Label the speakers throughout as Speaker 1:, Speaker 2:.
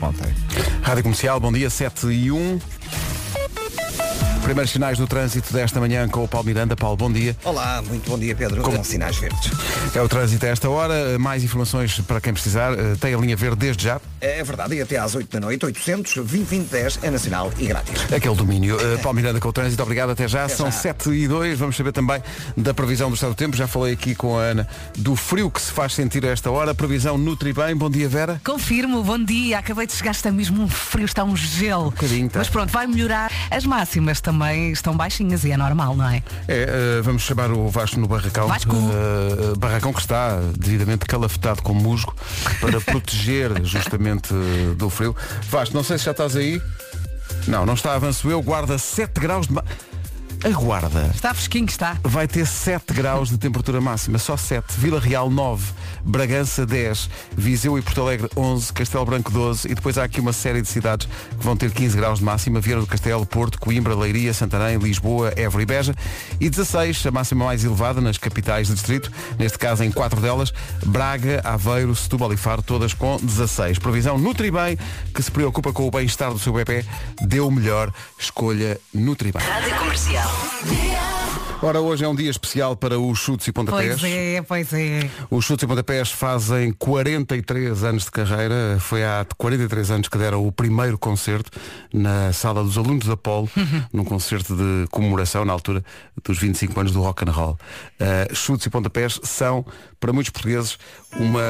Speaker 1: ontem. Rádio Comercial, bom dia, 7 e 1. Primeiros sinais do trânsito desta manhã com o Paulo Miranda. Paulo, bom dia.
Speaker 2: Olá, muito bom dia, Pedro. Com sinais verdes.
Speaker 1: É o trânsito a esta hora. Mais informações para quem precisar. Eh, Tem a linha verde desde já.
Speaker 2: É verdade, e até às 8 da noite, 800 2010 é nacional e grátis.
Speaker 1: Aquele domínio. Eh, Paulo Miranda com o trânsito, obrigado até já. São
Speaker 2: já.
Speaker 1: 7 e 2. Vamos saber também da previsão do estado do tempo. Já falei aqui com a Ana do frio que se faz sentir a esta hora. Previsão Nutribem. Bom dia, Vera.
Speaker 3: Confirmo, bom dia. Acabei de chegar, está mesmo um frio, está um gelo.
Speaker 1: bocadinho, tá.
Speaker 3: Mas pronto, vai melhorar. As máximas também estão baixinhas e é normal, não é?
Speaker 1: É, eh, vamos chamar o Vasco no barracão.
Speaker 3: Vasco.
Speaker 1: Eh, eh, barracão que está devidamente calafetado com musgo para proteger justamente eh, do frio. Vasco, não sei se já estás aí. Não, não está avanço eu. Guarda 7 graus de... ma- A guarda
Speaker 3: Está fresquinho, está.
Speaker 1: vai ter 7 graus de temperatura máxima, só 7. Vila Real 9, Bragança 10, Viseu e Porto Alegre 11, Castelo Branco 12 e depois há aqui uma série de cidades que vão ter 15 graus de máxima, Vieira do Castelo, Porto, Coimbra, Leiria, Santarém, Lisboa, Évora e Beja e 16, a máxima mais elevada nas capitais de distrito, neste caso em 4 delas, Braga, Aveiro, Setúbal e Faro, todas com 16. Previsão Nutribem, que se preocupa com o bem-estar do seu bebê, deu o melhor, escolha Nutribem.
Speaker 4: Rádio Comercial.
Speaker 1: Ora, hoje é um dia especial para os chutes e pontapés.
Speaker 3: Pois é, pois é.
Speaker 1: Os chutes e pontapés fazem 43 anos de carreira. Foi há 43 anos que deram o primeiro concerto na sala dos alunos da Polo,
Speaker 3: Uhum.
Speaker 1: num concerto de comemoração na altura dos 25 anos do rock and roll. Uh, chutes e pontapés são, para muitos portugueses, uma,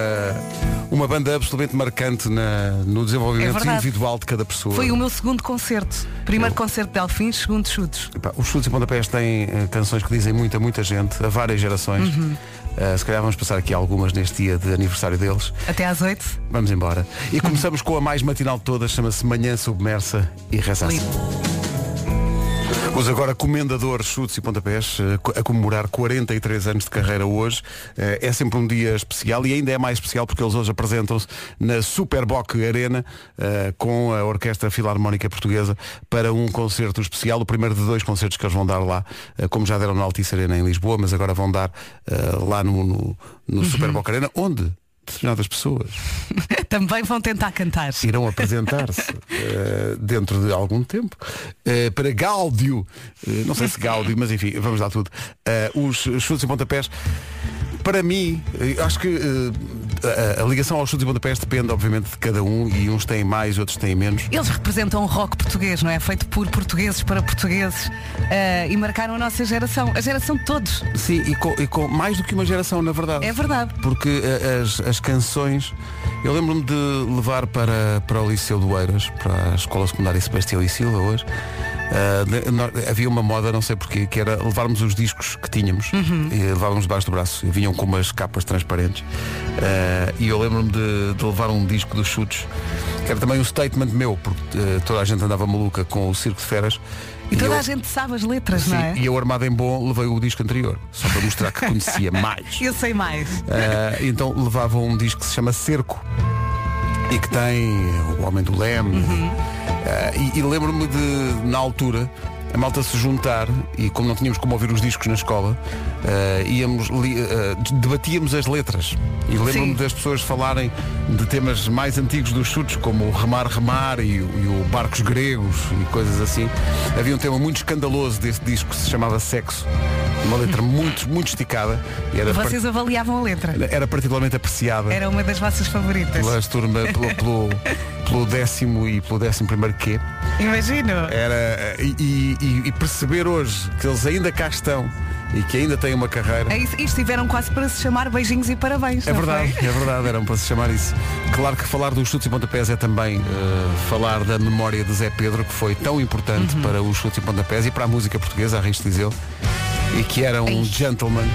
Speaker 1: uma banda absolutamente marcante na- no
Speaker 3: É
Speaker 1: desenvolvimento
Speaker 3: verdade.
Speaker 1: individual de cada pessoa.
Speaker 3: Foi o meu segundo concerto. Primeiro concerto de Delfins, segundo chutes.
Speaker 1: Epá, os chutes e pontapés têm eh, canções que dizem muito a muita gente, a várias gerações. Eh, se calhar vamos passar aqui algumas neste dia de aniversário deles.
Speaker 3: Até às oito.
Speaker 1: Vamos embora. E começamos com a mais matinal de todas, chama-se Manhã Submersa e reza assim. Os agora comendadores chutes e pontapés eh, co- a comemorar 43 anos de carreira hoje. Eh, É sempre um dia especial e ainda é mais especial porque eles hoje apresentam-se na Superboc Arena eh, com a Orquestra Filarmónica Portuguesa para um concerto especial, o primeiro de dois concertos que eles vão dar lá, eh, como já deram na Altice Arena em Lisboa, mas agora vão dar eh, lá no, no, no Superboc Arena, onde determinadas pessoas
Speaker 3: Também vão tentar cantar.
Speaker 1: irão apresentar-se eh, dentro de algum tempo eh, para Gáudio, eh, não sei se Gáudio, mas enfim, vamos dar tudo. Eh, os chutes e pontapés, para mim, eh, acho que eh, a, a ligação aos chutes e pontapés depende, obviamente, de cada um e uns têm mais, outros têm menos.
Speaker 3: Eles representam o rock português, não é? Feito por portugueses para portugueses ah, e marcaram a nossa geração, a geração de todos.
Speaker 1: Sim, e com, e com mais do que uma geração, na verdade.
Speaker 3: É verdade.
Speaker 1: Porque eh, as, as canções. Eu lembro-me de levar para, para o Liceu do Eiras, para a Escola Secundária Sebastião e Silva hoje. ah, de- nó- havia uma moda, não sei porquê, que era levarmos os discos que tínhamos
Speaker 3: Uhum.
Speaker 1: e levávamos debaixo do braço e vinham com umas capas transparentes. Ah, e eu lembro-me de, de levar um disco dos chutes, que era também um statement meu, porque eh, toda a gente andava maluca com o Circo de Feras.
Speaker 3: E toda
Speaker 1: eu-
Speaker 3: a gente sabe as letras,
Speaker 1: Sim,
Speaker 3: não é?
Speaker 1: e eu armado em bom levei o disco anterior, só para mostrar que conhecia mais.
Speaker 3: Eu sei mais.
Speaker 1: Ah, então levava um disco que se chama Cerco e que tem o Homem do Leme. Ah, e e lembro-me de, na altura, a malta se juntar e como não tínhamos como ouvir os discos na escola, ah, íamos, li- ah, debatíamos as letras. E lembro-me
Speaker 3: Sim.
Speaker 1: das pessoas falarem de temas mais antigos dos chutes, como o Remar Remar e, o- e o Barcos Gregos e coisas assim. Havia um tema muito escandaloso desse disco que se chamava Sexo. Uma letra muito, muito esticada. E era par-
Speaker 3: Vocês avaliavam a letra.
Speaker 1: era particularmente apreciada
Speaker 3: Era uma das vossas favoritas.
Speaker 1: pelas turma pelo, pelo, pelo décimo e pelo décimo primeiro quê
Speaker 3: Imagino.
Speaker 1: É. era e, e- e perceber hoje que eles ainda cá estão e que ainda têm uma carreira
Speaker 3: É isso, isto tiveram quase para se chamar beijinhos e parabéns.
Speaker 1: É
Speaker 3: não
Speaker 1: verdade,
Speaker 3: foi?
Speaker 1: é verdade, eram para se chamar isso. Claro que falar dos chutes e pontapés é também eh, falar da memória de Zé Pedro, que foi tão importante para os chutes e pontapés e para a música portuguesa, arrisco dizer, e que era um
Speaker 3: Ai.
Speaker 1: gentleman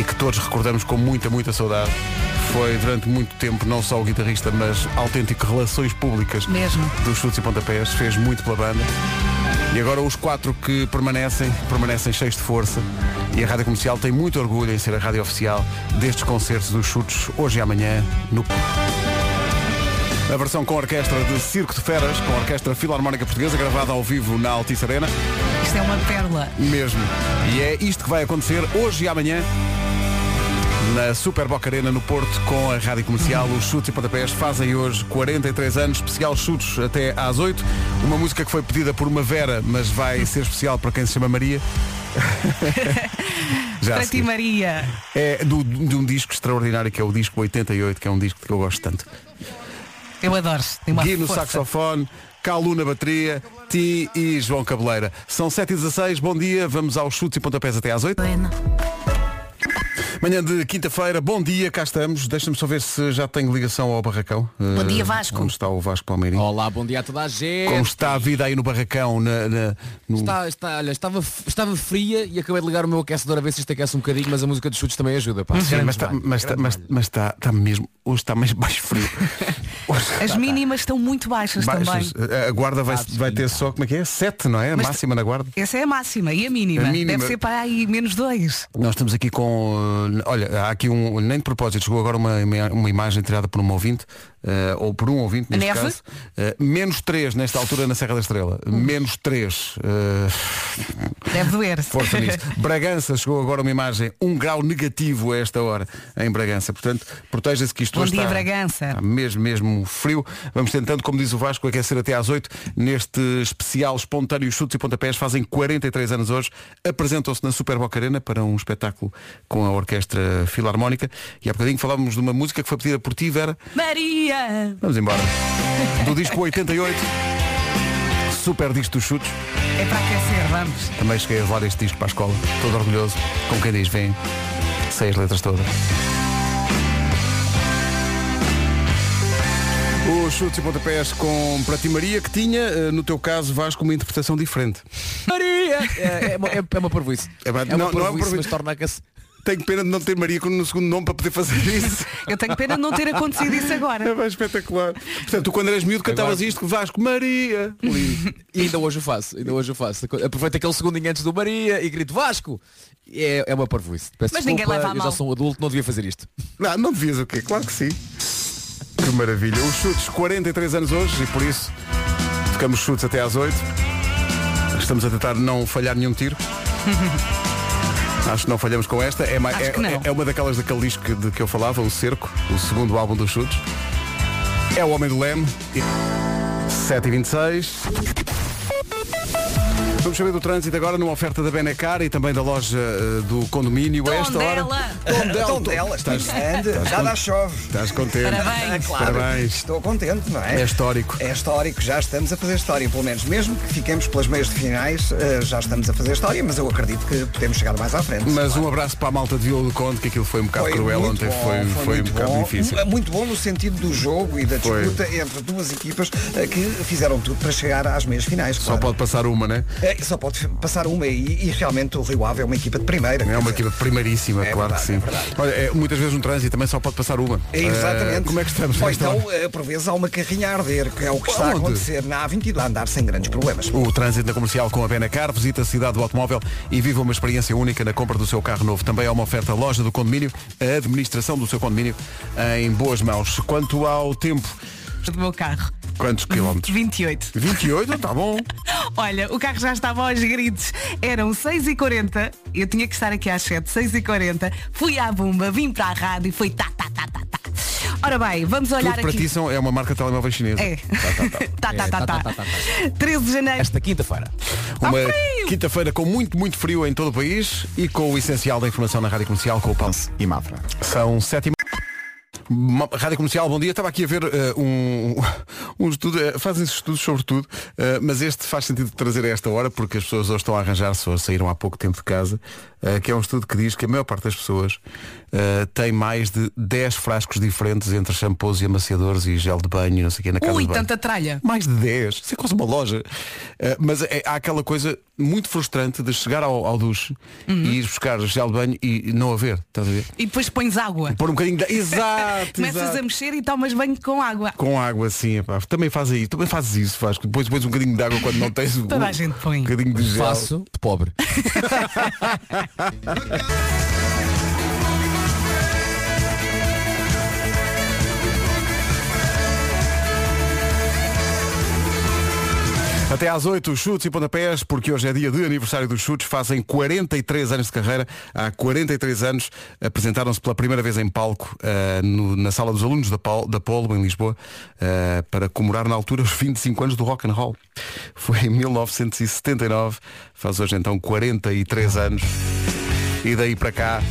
Speaker 1: e que todos recordamos com muita, muita saudade. Foi durante muito tempo não só o guitarrista, mas autêntico relações públicas
Speaker 3: Mesmo.
Speaker 1: dos chutes e pontapés, fez muito pela banda. E agora os quatro que permanecem, permanecem cheios de força. E a Rádio Comercial tem muito orgulho em ser a rádio oficial destes concertos dos chutes, hoje e amanhã, no... A versão com orquestra de Circo de Feras, com a Orquestra Filarmónica Portuguesa, gravada ao vivo na Altice Arena,
Speaker 3: Isto é uma pérola.
Speaker 1: mesmo. E é isto que vai acontecer hoje e amanhã Na Super Boca Arena, no Porto, com a Rádio Comercial, os Chutes e Pontapés fazem hoje 43 anos, especial Chutes até às 8. Uma música que foi pedida por uma Vera, mas vai ser especial para quem se chama Maria. Já a
Speaker 3: Para ti,
Speaker 1: seguir.
Speaker 3: Maria.
Speaker 1: É do- de um disco extraordinário que é o disco 88, que é um disco que eu gosto tanto.
Speaker 3: Eu adoro. Tem uma
Speaker 1: Gui no
Speaker 3: força.
Speaker 1: saxofone, Calu na bateria, Ti e João Cabeleira. São 7h16, bom dia, vamos aos chutes e pontapés até às 8. Manhã de quinta-feira, bom dia, cá estamos. Deixa-me só ver se já tenho ligação ao Barracão. Bom
Speaker 4: dia, Vasco.
Speaker 1: Como está o Vasco Palmeirinho?
Speaker 5: Olá, bom dia a toda a gente.
Speaker 1: Como está a vida aí no Barracão? Na, na- no-
Speaker 5: Está, está, olha, estava, estava fria e acabei de ligar o meu aquecedor a ver se isto aquece um bocadinho, mas a música dos chutes também ajuda. Pá.
Speaker 1: Sim,
Speaker 5: Grande
Speaker 1: mas está,
Speaker 5: trabalho,
Speaker 1: mas, está,
Speaker 5: grande
Speaker 1: mas,
Speaker 5: trabalho.
Speaker 1: mas está, está mesmo, hoje está mais baixo frio. Hoje-
Speaker 3: As mínimas estão muito baixas,
Speaker 1: Tá, Baixas.
Speaker 3: também.
Speaker 1: A- A guarda vai, vai ter só, como é que é? 7, não é? A
Speaker 3: Mas-
Speaker 1: máxima na guarda.
Speaker 3: Essa é a máxima e a mínima.
Speaker 1: A mínima.
Speaker 3: Deve ser para aí menos dois.
Speaker 1: Nós estamos aqui com. eh, Olha, há aqui um. Nem de propósito, chegou agora uma, ima- uma imagem tirada por um ouvinte, eh, ou por um ouvinte neste
Speaker 3: Neve?
Speaker 1: caso. Eh, menos 3 nesta altura na Serra da Estrela. Menos eh, 3.
Speaker 3: Deve doer.
Speaker 1: força nisso. Bragança chegou agora uma imagem, um grau negativo a esta hora em Bragança. Portanto, proteja-se que isto
Speaker 3: Bom
Speaker 1: hoje
Speaker 3: dia,
Speaker 1: está,
Speaker 3: Bragança.
Speaker 1: está mesmo, mesmo frio. Vamos tentando, como diz o Vasco, aquecer até às 8 neste especial espontâneo Chutes e Pontapés. Fazem 43 anos hoje. Apresentam-se na Super Boca Arena para um espetáculo com a Orquestra Filarmónica. E há bocadinho falávamos de uma música que foi pedida por ti, Vera.
Speaker 3: Maria!
Speaker 1: Vamos embora. Do disco 88. Super disco dos chutes.
Speaker 3: É para aquecer, vamos.
Speaker 1: Também cheguei a levar este disco para a escola, todo orgulhoso, com quem diz, vem, sei as letras todas. Os chutes e pontapés com Prati Maria, que tinha, eh, no teu caso, Vasco, uma interpretação diferente.
Speaker 5: Maria! É, é, uma- é, é uma parvoíce.
Speaker 1: É, mas
Speaker 5: uma
Speaker 1: não- não é uma
Speaker 5: parvoíce, mas
Speaker 1: parvoíce.
Speaker 5: torna-se...
Speaker 1: Tenho pena de não ter Maria no segundo nome para poder fazer isso.
Speaker 3: Eu tenho pena de não ter acontecido isso
Speaker 1: É
Speaker 3: agora.
Speaker 1: bem espetacular. Portanto, tu quando eras miúdo cantavas
Speaker 5: Agora-
Speaker 1: isto, Vasco, Maria. Lindo.
Speaker 5: E ainda hoje o faço, ainda hoje o faço. Aproveito aquele segundinho antes do Maria e grito Vasco! É, é uma parvoíce. Peço
Speaker 3: Mas ninguém
Speaker 5: desculpa,
Speaker 3: leva a
Speaker 5: eu já
Speaker 3: mal.
Speaker 5: sou um adulto, não devia fazer isto.
Speaker 1: Não, Ah, não devias o quê? Claro que sim. Que maravilha. Os chutes, 43 anos hoje e por isso tocamos chutes até às 8. Estamos a tentar não falhar nenhum tiro. Acho que não falhamos com esta. É, mais,
Speaker 3: Acho
Speaker 1: é,
Speaker 3: que não.
Speaker 1: é- é uma daquelas daquele disco que- de que eu falava, o Cerco, o segundo álbum dos chutes. É o Homem do Leme. 7h26. Vamos saber do trânsito agora numa oferta da Benacar e também da loja eh, do condomínio a esta hora.
Speaker 3: Tondela.
Speaker 2: Então dela,
Speaker 1: Estás-
Speaker 2: grande, já dá chove.
Speaker 1: Estás contente.
Speaker 3: Parabéns.
Speaker 2: Ah, claro,
Speaker 1: Parabéns.
Speaker 2: estou contente, não é?
Speaker 1: É histórico.
Speaker 2: É histórico, já estamos a fazer história, pelo menos mesmo que fiquemos pelas meias de finais, eh, já estamos a fazer história, mas eu acredito que podemos chegar mais à frente.
Speaker 1: Mas um abraço para a malta de Violo do Conde, que aquilo foi um bocado cruel
Speaker 2: muito
Speaker 1: ontem,
Speaker 2: bom,
Speaker 1: foi, foi, um
Speaker 2: muito
Speaker 1: bocado
Speaker 2: bom.
Speaker 1: difícil.
Speaker 2: Mu- Muito bom no sentido do jogo e da
Speaker 1: Foi.
Speaker 2: disputa entre duas equipas eh, que fizeram tudo para chegar às meias finais.
Speaker 1: Só
Speaker 2: claro.
Speaker 1: pode passar uma, né?
Speaker 2: Eh, Só pode passar uma e, e realmente o Rio Ave é uma equipa de primeira.
Speaker 1: É
Speaker 2: quer
Speaker 1: uma
Speaker 2: dizer,
Speaker 1: equipa primeiríssima,
Speaker 2: É
Speaker 1: claro
Speaker 2: verdade,
Speaker 1: que
Speaker 2: é
Speaker 1: sim.
Speaker 2: verdade.
Speaker 1: Olha, é, muitas vezes no trânsito também só pode passar uma.
Speaker 2: É, Exatamente.
Speaker 1: Eh, como é que estamos?
Speaker 2: Ou
Speaker 1: nesta
Speaker 2: então,
Speaker 1: hora?
Speaker 2: eh, por vezes, há uma carrinha a arder, que é o que está a
Speaker 1: Onde?
Speaker 2: acontecer na A22, a andar sem grandes problemas.
Speaker 1: O trânsito na comercial com a Benacar, visita a cidade do automóvel e viva uma experiência única na compra do seu carro novo. Também há uma oferta loja do condomínio, a administração do seu condomínio em boas mãos. Quanto ao tempo,
Speaker 3: Do meu carro.
Speaker 1: quantos quilómetros?
Speaker 3: 28.
Speaker 1: 28, está tá bom.
Speaker 3: Olha, o carro já estava aos gritos. Eram 6h40. Eu tinha que estar aqui às 7, 6h40. Fui à bomba, vim para a rádio e foi tá, tá, tá, tá, tá. Ora bem, vamos olhar
Speaker 1: Tudo para
Speaker 3: aqui.
Speaker 1: ti são, é uma marca de telemóvel chinesa.
Speaker 3: É. Tá, tá, tá,
Speaker 5: É, tá,
Speaker 3: tá.
Speaker 5: tá, tá, tá.
Speaker 3: 13 de janeiro.
Speaker 5: Esta quinta-feira.
Speaker 1: tá. Uma
Speaker 3: frio!
Speaker 1: quinta-feira com muito, muito frio em todo o país e com o essencial da informação na Rádio Comercial com o Paulo.
Speaker 5: E Mafra.
Speaker 1: São sete e... Ma- Rádio Comercial, bom dia. Estava aqui a ver eh, um, um estudo, eh, fazem-se estudos sobre tudo, eh, mas este faz sentido trazer a esta hora porque as pessoas hoje estão a arranjar-se ou saíram há pouco tempo de casa, eh, que é um estudo que diz que a maior parte das pessoas eh, tem mais de 10 frascos diferentes entre shampoos e amaciadores e gel de banho e não sei o quê na casa
Speaker 3: Ui,
Speaker 1: de banho.
Speaker 3: tanta tralha.
Speaker 1: Mais de 10. Isso é quase uma loja. Uh, mas é- há aquela coisa muito frustrante de chegar ao, ao duche
Speaker 3: Uhum.
Speaker 1: e ir buscar gel de banho e não haver. Estás a ver?
Speaker 3: E depois pões água.
Speaker 1: Pôr um bocadinho de... Exato,
Speaker 3: Começas a
Speaker 1: Ah, exato.
Speaker 3: mexer e tomas banho com água.
Speaker 1: Com água assim, epá. também faz aí, também fazes isso, faz. Depois pões um bocadinho de água quando não tens um,
Speaker 3: Toda a gente põe.
Speaker 1: um bocadinho de gel.
Speaker 5: Faço de pobre.
Speaker 1: Até às 8, chutes e pontapés, porque hoje é dia de aniversário dos chutes, fazem 43 anos de carreira. Há 43 anos apresentaram-se pela primeira vez em palco eh, no- na sala dos alunos da, Pol, da Polo, em Lisboa, eh, para comemorar na altura os 25 anos do rock and roll. Foi em 1979, faz hoje então 43 anos. E daí para cá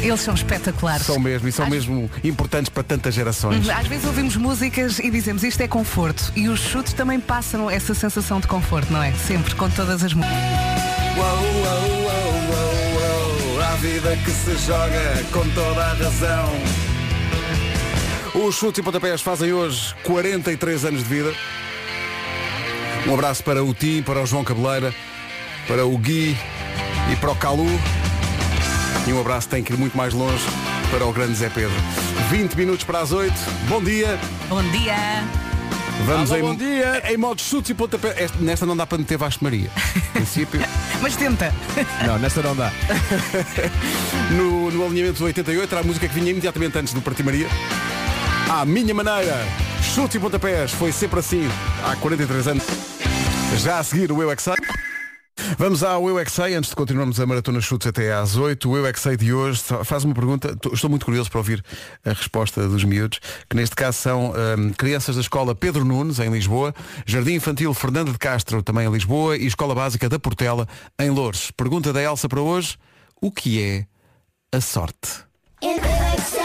Speaker 3: Eles são espetaculares.
Speaker 1: são mesmo e são
Speaker 3: Às-
Speaker 1: mesmo importantes para tantas gerações.
Speaker 3: Às vezes ouvimos músicas e dizemos isto é conforto. E os chutes também passam essa sensação de conforto, não é? Sempre, com todas as músicas.
Speaker 1: A vida que se joga com toda a razão. Os chutes e pontapés fazem hoje 43 anos de vida. Um abraço para o Tim, para o João Cabeleira, para o Gui e para o Calu. E um abraço tem que ir muito mais longe para o grande Zé Pedro. 20 minutos para as 8. Bom dia.
Speaker 3: Bom dia!
Speaker 1: Vamos
Speaker 5: Alô,
Speaker 1: em,
Speaker 5: bom dia.
Speaker 1: em modo chutes e pontapés. Este- Nesta não dá para meter Vasco Maria. Em princípio.
Speaker 3: Mas tenta!
Speaker 5: Não, nesta não dá.
Speaker 1: No, no alinhamento do 88 era a música que vinha imediatamente antes do Parti Maria. À minha maneira, chute e pontapés, foi sempre assim há 43 anos. Já a seguir o Eu é Que Sei. Vamos ao Eu é Que Sei, antes de continuarmos a maratona chutes até às 8. O Eu é Que Sei de hoje só- faz uma pergunta, Tô- estou muito curioso para ouvir a resposta dos miúdos, que neste caso são hum, crianças da escola Pedro Nunes, em Lisboa, Jardim Infantil Fernando de Castro, também em Lisboa, e Escola Básica da Portela, em Loures. Pergunta da Elsa para hoje, o que é a sorte?
Speaker 4: Eu é que sei,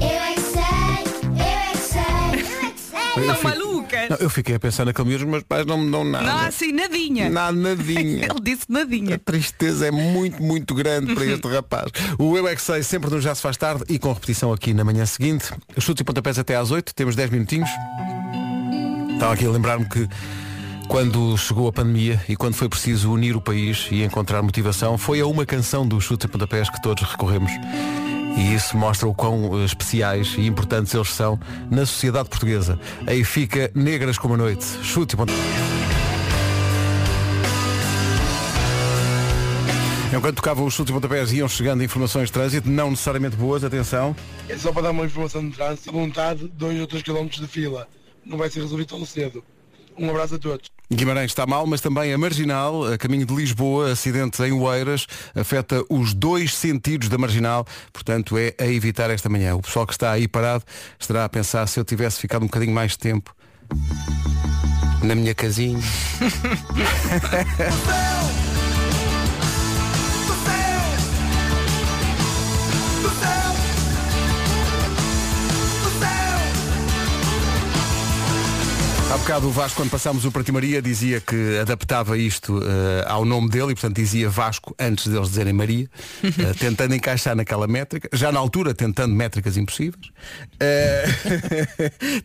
Speaker 4: eu é que sei, eu é que sei, eu é que sei.
Speaker 3: Não malucas!
Speaker 1: Não, eu fiquei a pensar naquele miúdo, mas meus pais não me dão nada.
Speaker 3: Não, assim, nadinha!
Speaker 1: Nadinha.
Speaker 3: Ele disse nadinha.
Speaker 1: A tristeza é muito, muito grande para este rapaz. O Eu é que sei sempre no Já se faz tarde e com repetição aqui na manhã seguinte. Chutes e pontapés até às 8, temos 10 minutinhos. Estava aqui a lembrar-me que quando chegou a pandemia e quando foi preciso unir o país e encontrar motivação, foi a uma canção dos chutes e pontapés que todos recorremos. E isso mostra o quão eh, especiais e importantes eles são na sociedade portuguesa. Aí fica Negras como a Noite. Chute e pontapés. Enquanto tocavam os chutes e pontapés iam chegando informações de trânsito, não necessariamente boas, atenção.
Speaker 6: É só para dar uma informação de trânsito, vontade, 2 ou 3 km de fila. Não vai ser resolvido tão cedo. Um abraço a todos.
Speaker 1: Guimarães está mal, mas também a Marginal, a caminho de Lisboa, acidentes em Oeiras, afeta os dois sentidos da Marginal, portanto é a evitar esta manhã. O pessoal que está aí parado estará a pensar se eu tivesse ficado um bocadinho mais de tempo na minha casinha. Há bocado o Vasco, quando passámos o Prati Maria, dizia que adaptava isto eh, ao nome dele e, portanto, dizia Vasco antes deles dizerem Maria, eh, tentando encaixar naquela métrica, já na altura tentando métricas impossíveis. Eh,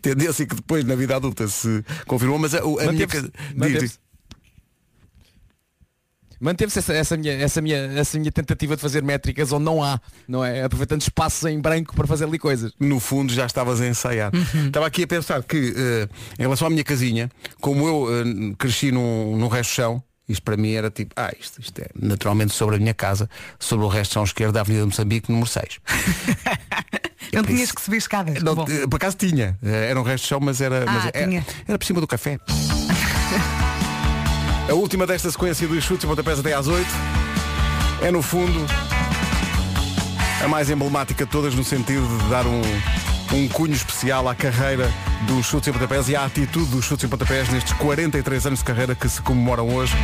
Speaker 1: Tendência que depois, na vida adulta, se confirmou, mas a, o- a minha... ca-
Speaker 5: Manteve-se.
Speaker 1: diz, diz.
Speaker 5: Manteve-se. Manteve-se essa, essa minha, essa, minha, essa minha tentativa de fazer métricas onde não há, não é? Aproveitando espaços em branco para fazer ali coisas.
Speaker 1: no fundo já estavas a ensaiar. Estava aqui a pensar que, eh, em relação à minha casinha, como eu eh, cresci num, num resto de chão, isto para mim era tipo, ah, isto, isto é naturalmente sobre a minha casa, sobre o resto de chão esquerdo da Avenida de Moçambique, número 6.
Speaker 3: Não
Speaker 1: por
Speaker 3: tinhas
Speaker 1: isso.
Speaker 3: que subir escadas.
Speaker 1: Não,
Speaker 3: Bom,
Speaker 1: eh, por acaso tinha, Eh, era um resto de chão, mas era,
Speaker 3: Ah,
Speaker 1: mas era,
Speaker 3: tinha.
Speaker 1: era por cima do café. a última desta sequência dos chutes e pontapés até às 8 é, no fundo, a mais emblemática de todas no sentido de dar um, um cunho especial à carreira dos chutes e pontapés e à atitude dos chutes e pontapés nestes 43 anos de carreira que se comemoram hoje.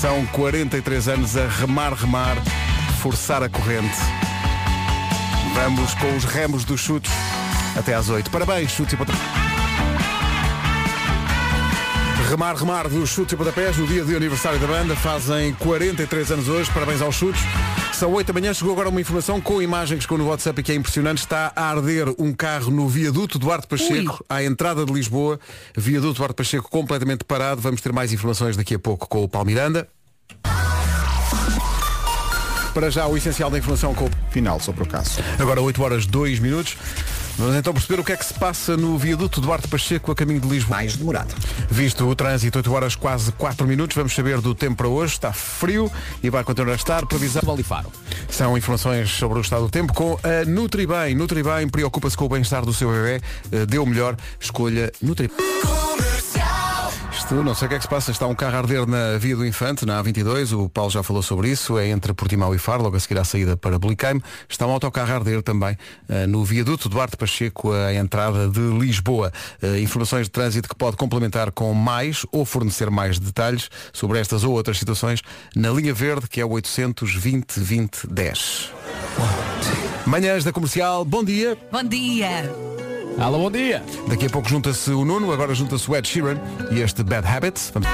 Speaker 1: São 43 anos a remar, remar, forçar a corrente. Vamos com os remos dos chutes até às 8. Parabéns, chutes e pontapés. Remar, remar dos chutes e pontapés no dia de aniversário da banda. Fazem 43 anos hoje. Parabéns aos chutes. São 8 da manhã. Chegou agora uma informação com imagens que chegou no WhatsApp e que é impressionante. Está a arder um carro no viaduto Duarte Pacheco, à entrada de Lisboa. Viaduto Duarte Pacheco completamente parado. Vamos ter mais informações daqui a pouco com o Paulo Miranda. Para já o essencial da informação com o
Speaker 7: Final sobre o caso.
Speaker 1: Agora 8 horas 2 minutos. Vamos então perceber o que é que se passa no viaduto Duarte Pacheco a caminho de Lisboa.
Speaker 2: Mais demorado.
Speaker 1: Visto o trânsito, 8 horas quase 4 minutos, vamos saber do tempo para hoje. Está frio e vai continuar a estar. Previsão.
Speaker 5: Setúbal e Faro.
Speaker 1: São informações sobre o estado do tempo com a Nutribem. Nutribem preocupa-se com o bem-estar do seu bebê. Eh, Dê o melhor, escolha Nutribem. Este Eu não sei o que é que se passa, está um carro a arder na Via do Infante, na A22, o Paulo já falou sobre isso, é entre Portimão e Faro, logo a seguir à saída para Bliqueime. Está um autocarro a arder também eh, no viaduto Duarte Pacheco, a entrada de Lisboa. Eh, informações de trânsito que pode complementar com mais ou fornecer mais detalhes sobre estas ou outras situações na linha verde, que é o 820 20 10. Manhãs da Comercial, bom dia.
Speaker 3: Bom dia.
Speaker 5: Alô, bom dia.
Speaker 1: Daqui a pouco junta-se o Nuno, agora junta-se o Ed Sheeran e este Bad Habits. Vamos-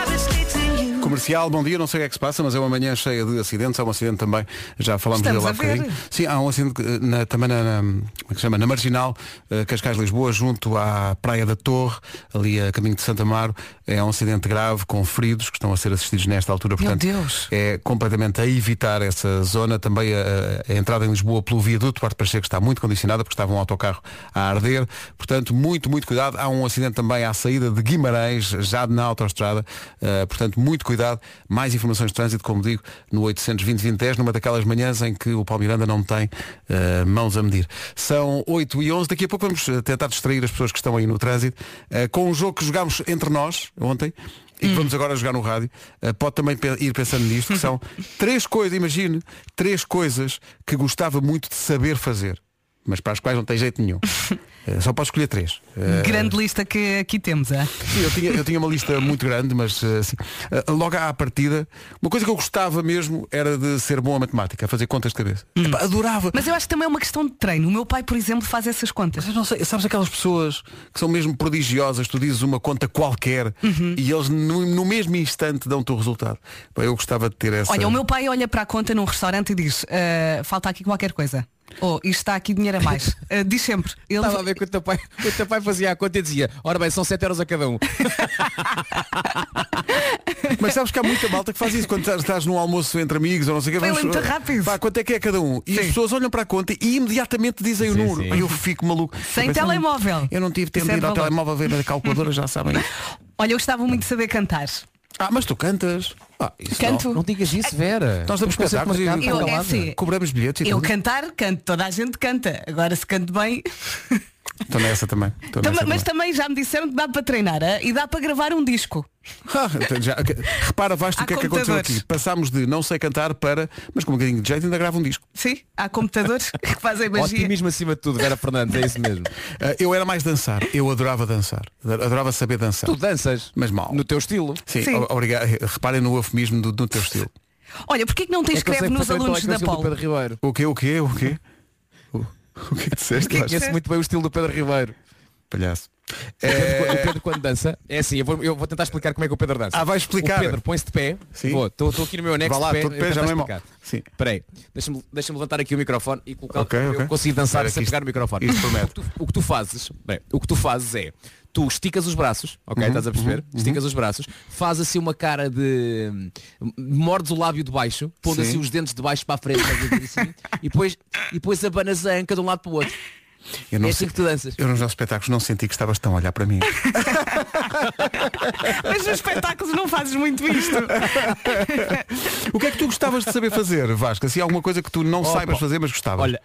Speaker 1: Comercial, bom dia, não sei o que é que se passa, mas é uma manhã cheia de acidentes, há um acidente também, já falámos
Speaker 3: Estamos
Speaker 1: dele há
Speaker 3: a ver.
Speaker 1: bocadinho. Sim, há um acidente eh, na- também na, na- como é que se chama? na Marginal, eh, Cascais-Lisboa, junto à Praia da Torre, ali a caminho de Santa Amaro, é um acidente grave com feridos que estão a ser assistidos nesta altura, portanto
Speaker 3: Deus.
Speaker 1: é completamente a evitar essa zona, também a, a entrada em Lisboa pelo viaduto Duarte Pacheco está muito condicionada porque estava um autocarro a arder, portanto muito, muito cuidado, há um acidente também à saída de Guimarães, já na autoestrada eh, portanto muito cuidado, mais informações de trânsito, como digo, no 820-2010, numa daquelas manhãs em que o Paulo Miranda não tem eh, mãos a medir. São 8 e 11 daqui a pouco vamos eh, tentar distrair as pessoas que estão aí no trânsito, eh, com um jogo que jogámos entre nós ontem, e que vamos agora jogar no rádio, eh, pode também pe- ir pensando nisto, que são três coisas, imagine, três coisas que gostava muito de saber fazer, mas para as quais não tem jeito nenhum. Eh, Só posso escolher três. Eh,
Speaker 3: Grande lista que aqui temos, ah.
Speaker 1: Sim, eu tinha, eu tinha uma lista muito grande, mas eh, assim, eh, logo à partida, uma coisa que eu gostava mesmo era de ser bom a matemática, a fazer contas de cabeça. Epá, adorava.
Speaker 3: Mas eu acho que também é uma questão de treino. O meu pai, por exemplo, faz essas contas.
Speaker 1: Mas eu não sei, sabes aquelas pessoas que são mesmo prodigiosas, tu dizes uma conta qualquer e eles no, no mesmo instante dão-te o resultado. Pá, eu gostava de ter essa.
Speaker 3: Olha, o meu pai olha para a conta num restaurante e diz, "Ah, falta aqui qualquer coisa. Ou isto está aqui dinheiro a mais. Ah, diz sempre. Ele...
Speaker 5: Estava a ver que o teu pai, o teu pai fazia a conta e dizia, ora bem, são 7 euros a cada um.
Speaker 1: Mas sabes que há muita malta que faz isso quando estás- estás num almoço entre amigos ou não sei o que.
Speaker 3: Vai muito rápido.
Speaker 1: Pá, quanto é que é cada um? E as
Speaker 3: Sim.
Speaker 1: pessoas olham para a conta e imediatamente dizem o
Speaker 5: Sim,
Speaker 1: número.
Speaker 5: sim.
Speaker 1: Pá, Eu fico maluco.
Speaker 3: Sem
Speaker 1: Eu penso, "Hum,
Speaker 3: telemóvel.
Speaker 1: Eu não tive tempo
Speaker 3: Isso é
Speaker 1: de ir ao
Speaker 3: de valor.
Speaker 1: telemóvel ver a calculadora, já sabem.
Speaker 3: Olha, eu gostava muito de saber cantar.
Speaker 1: Ah, mas tu cantas. Ah, isso
Speaker 3: Canto.
Speaker 5: Não digas isso, Vera.
Speaker 1: Nós damos
Speaker 5: Temos concerto
Speaker 1: espetáculos e-
Speaker 5: marcado,
Speaker 3: Eu-
Speaker 5: está
Speaker 3: é
Speaker 5: calada.
Speaker 3: assim.
Speaker 1: não. Cobramos bilhetes e
Speaker 3: Eu
Speaker 1: tudo.
Speaker 3: cantar, canto, toda a gente canta. Agora se canto bem.
Speaker 1: Estou nessa também. Estou
Speaker 3: Tama-
Speaker 1: nessa
Speaker 3: mas
Speaker 1: também.
Speaker 3: também já me disseram que dá para treinar ah, e dá para gravar um disco.
Speaker 1: Ah, então já- ok. repara, Vasco, o
Speaker 3: Há
Speaker 1: que é que aconteceu
Speaker 3: computadores.
Speaker 1: aqui? Passámos de não sei cantar para, mas com um bocadinho de jeito ainda grava um disco.
Speaker 3: Sim, há computadores que fazem magia.
Speaker 5: Otimismo acima de tudo, Vera Fernandes, é isso mesmo.
Speaker 1: Ah, eu era mais dançar. Eu adorava dançar. Adorava saber dançar.
Speaker 5: tu danças,
Speaker 1: Mas mal.
Speaker 5: no teu estilo.
Speaker 1: Sim,
Speaker 3: Sim.
Speaker 1: o- obrigado. Reparem no eufemismo do, do teu estilo.
Speaker 3: Olha, porquê que não te
Speaker 5: É que eu sei
Speaker 3: escreve nos
Speaker 5: perfeitamente qual é
Speaker 3: alunos
Speaker 5: que é o
Speaker 3: da
Speaker 5: estilo do
Speaker 3: Polo?
Speaker 5: Pedro Ribeiro.
Speaker 1: O quê, o quê, o quê? O, o que é que disseste?
Speaker 3: O que é que-
Speaker 5: Conhece muito bem o estilo do Pedro Ribeiro.
Speaker 1: Palhaço.
Speaker 5: O Pedro quando dança é assim, eu vou, eu vou tentar explicar como é que o Pedro dança.
Speaker 1: Ah, vai explicar.
Speaker 5: O Pedro põe-se de pé.
Speaker 1: Sim.
Speaker 5: Vou, estou estou aqui no meu anexo
Speaker 1: Vá lá,
Speaker 5: de pé.
Speaker 1: estou de
Speaker 5: eu
Speaker 1: pé,
Speaker 5: vou
Speaker 1: já
Speaker 5: tentar
Speaker 1: não é mau.
Speaker 5: explicar.
Speaker 1: Sim.
Speaker 5: Espera aí, deixa-me deixa levantar aqui o microfone e colocar
Speaker 1: Ok,
Speaker 5: eu
Speaker 1: ok.
Speaker 5: consigo dançar
Speaker 1: Espera,
Speaker 5: sem
Speaker 1: que isto-
Speaker 5: pegar o microfone.
Speaker 1: isto promete.
Speaker 5: O que tu, o que tu fazes, bem, o que tu fazes é, tu esticas os braços, ok,
Speaker 1: Uhum,
Speaker 5: estás a perceber? Esticas os braços, faz assim uma cara de. mordes o lábio de baixo, pondo
Speaker 1: Sim.
Speaker 5: assim os dentes de baixo para a frente, estás a ver, assim, e depois, e depois abanas a anca de um lado para o outro.
Speaker 1: Eu
Speaker 5: É assim que tu danças.
Speaker 1: Eu nos nossos espetáculos não senti que estavas tão a olhar para mim.
Speaker 3: Mas nos espetáculos não fazes muito isto.
Speaker 1: o que é que tu gostavas de saber fazer, Vasco? Assim, alguma coisa que tu não
Speaker 5: Opa.
Speaker 1: saibas fazer, mas gostavas.
Speaker 5: Olha,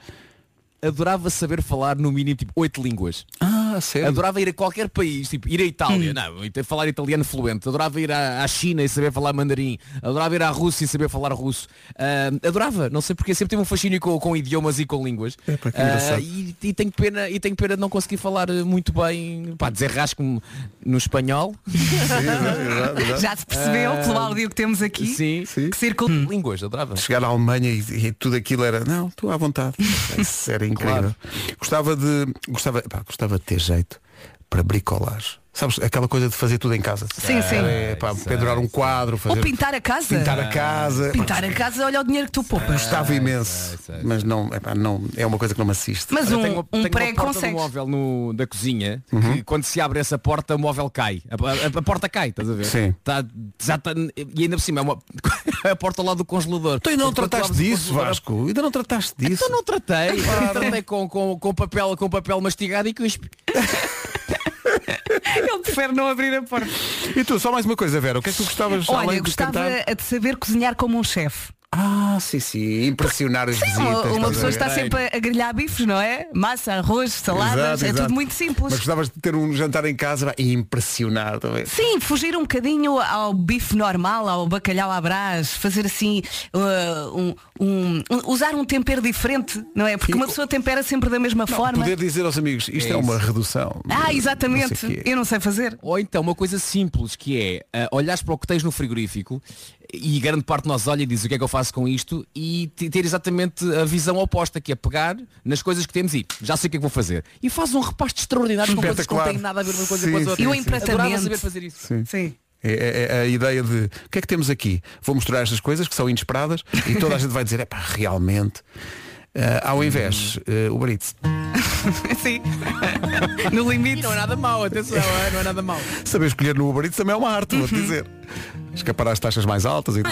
Speaker 5: adorava saber falar no mínimo tipo oito línguas.
Speaker 1: ah, sério. Hum.
Speaker 5: Adorava ir a qualquer país, tipo ir à Itália, não, e ter- falar italiano fluente. Adorava ir à, à China e saber falar mandarim. Adorava ir à Rússia e saber falar russo. Ah, adorava, não sei porque sempre tive um fascínio com, com idiomas e com línguas.
Speaker 1: É, pá, que
Speaker 5: Ah,
Speaker 1: engraçado.
Speaker 5: e, e tenho pena, e tenho pena de não conseguir falar eh, muito bem, pá, desenrasco-me no espanhol.
Speaker 3: Já se percebeu pelo áudio que temos aqui
Speaker 5: Ah, Sim, Hum.
Speaker 3: que circula.
Speaker 5: línguas, adorava.
Speaker 1: Chegar à Alemanha e, e tudo aquilo era. Não, estou à vontade. Isso era incrível. Gostava de. Gostava, pá, gostava de ter jeito para bricolagem. Sabes, aquela coisa de fazer tudo em casa.
Speaker 3: Sim, sim.
Speaker 1: É, pá, pendurar um quadro, fazer.
Speaker 3: Ou pintar a casa.
Speaker 1: pintar a casa.
Speaker 3: Pintar a casa, olha o dinheiro que tu poupas.
Speaker 1: Gostava imenso. Mas não, epá, não, é uma coisa que não me assiste.
Speaker 3: Mas
Speaker 5: Olha,
Speaker 3: um,
Speaker 5: tenho uma,
Speaker 3: um
Speaker 5: tenho
Speaker 3: prego
Speaker 5: uma porta do
Speaker 3: consegue.
Speaker 5: móvel no, da cozinha que quando se abre essa porta o móvel cai. A, a- a porta cai, estás a ver?
Speaker 1: Sim.
Speaker 5: Tá- já tá- e ainda por cima é uma, a porta lá do congelador.
Speaker 1: Tu ainda não
Speaker 5: Portanto, quando
Speaker 1: trataste
Speaker 5: abres o
Speaker 1: disso,
Speaker 5: congelador,
Speaker 1: Vasco? Ainda não trataste disso?
Speaker 5: Então não tratei, tratei com, com, com, papel, com papel mastigado e cuspe.
Speaker 3: Ele prefere não abrir a porta.
Speaker 1: E tu, só mais uma coisa, Vera, o que é que tu gostavas
Speaker 3: Olha,
Speaker 1: além
Speaker 3: eu gostava
Speaker 1: de cantar?
Speaker 3: de saber cozinhar como um chefe.
Speaker 1: Ah, sim, sim. Impressionar as
Speaker 3: Sim,
Speaker 1: visitas.
Speaker 3: uma,
Speaker 1: estás a
Speaker 3: uma pessoa
Speaker 1: ver?
Speaker 3: está sempre a grelhar bifes, não é? Massa, arroz, saladas,
Speaker 1: Exato,
Speaker 3: é
Speaker 1: exato.
Speaker 3: tudo muito simples.
Speaker 1: Mas gostavas de ter um jantar em casa vai, e impressionar também.
Speaker 3: Sim, fugir um bocadinho ao bife normal, ao bacalhau à brás, fazer assim, uh, um, um- um- usar um tempero diferente, não é? Porque uma pessoa tempera sempre da mesma forma.
Speaker 1: Poder dizer aos amigos, isto é, uma redução. Não
Speaker 3: Ah,
Speaker 1: sei
Speaker 3: exatamente,
Speaker 1: o quê.
Speaker 3: eu não sei fazer.
Speaker 5: Ou então uma coisa simples que é ah, olhares para o que tens no frigorífico e grande parte de nós olha e diz o que é que eu faço com isto e te- ter exatamente a visão oposta que é pegar nas coisas que temos e já sei o que é que vou fazer. E faz um repasto extraordinário com coisas que não
Speaker 1: Espetacular.
Speaker 5: têm nada a ver uma coisa
Speaker 1: Sim,
Speaker 5: com as outras.
Speaker 1: sim,
Speaker 3: E o
Speaker 1: sim.
Speaker 5: Adorava
Speaker 3: empratamento.
Speaker 5: saber fazer isso.
Speaker 1: Sim.
Speaker 3: Sim.
Speaker 1: É, é- é a ideia de o que é que temos aqui? Vou mostrar estas coisas que são inesperadas e toda a gente vai dizer, é pá, realmente. Ah, ao invés, eh, o Brito.
Speaker 3: Sim. No
Speaker 5: E
Speaker 3: limite.
Speaker 5: não é nada mau, atenção, é, não é nada mau.
Speaker 1: Saber escolher no Uber Eats também é uma arte, vou-te dizer. Escapar às taxas mais altas e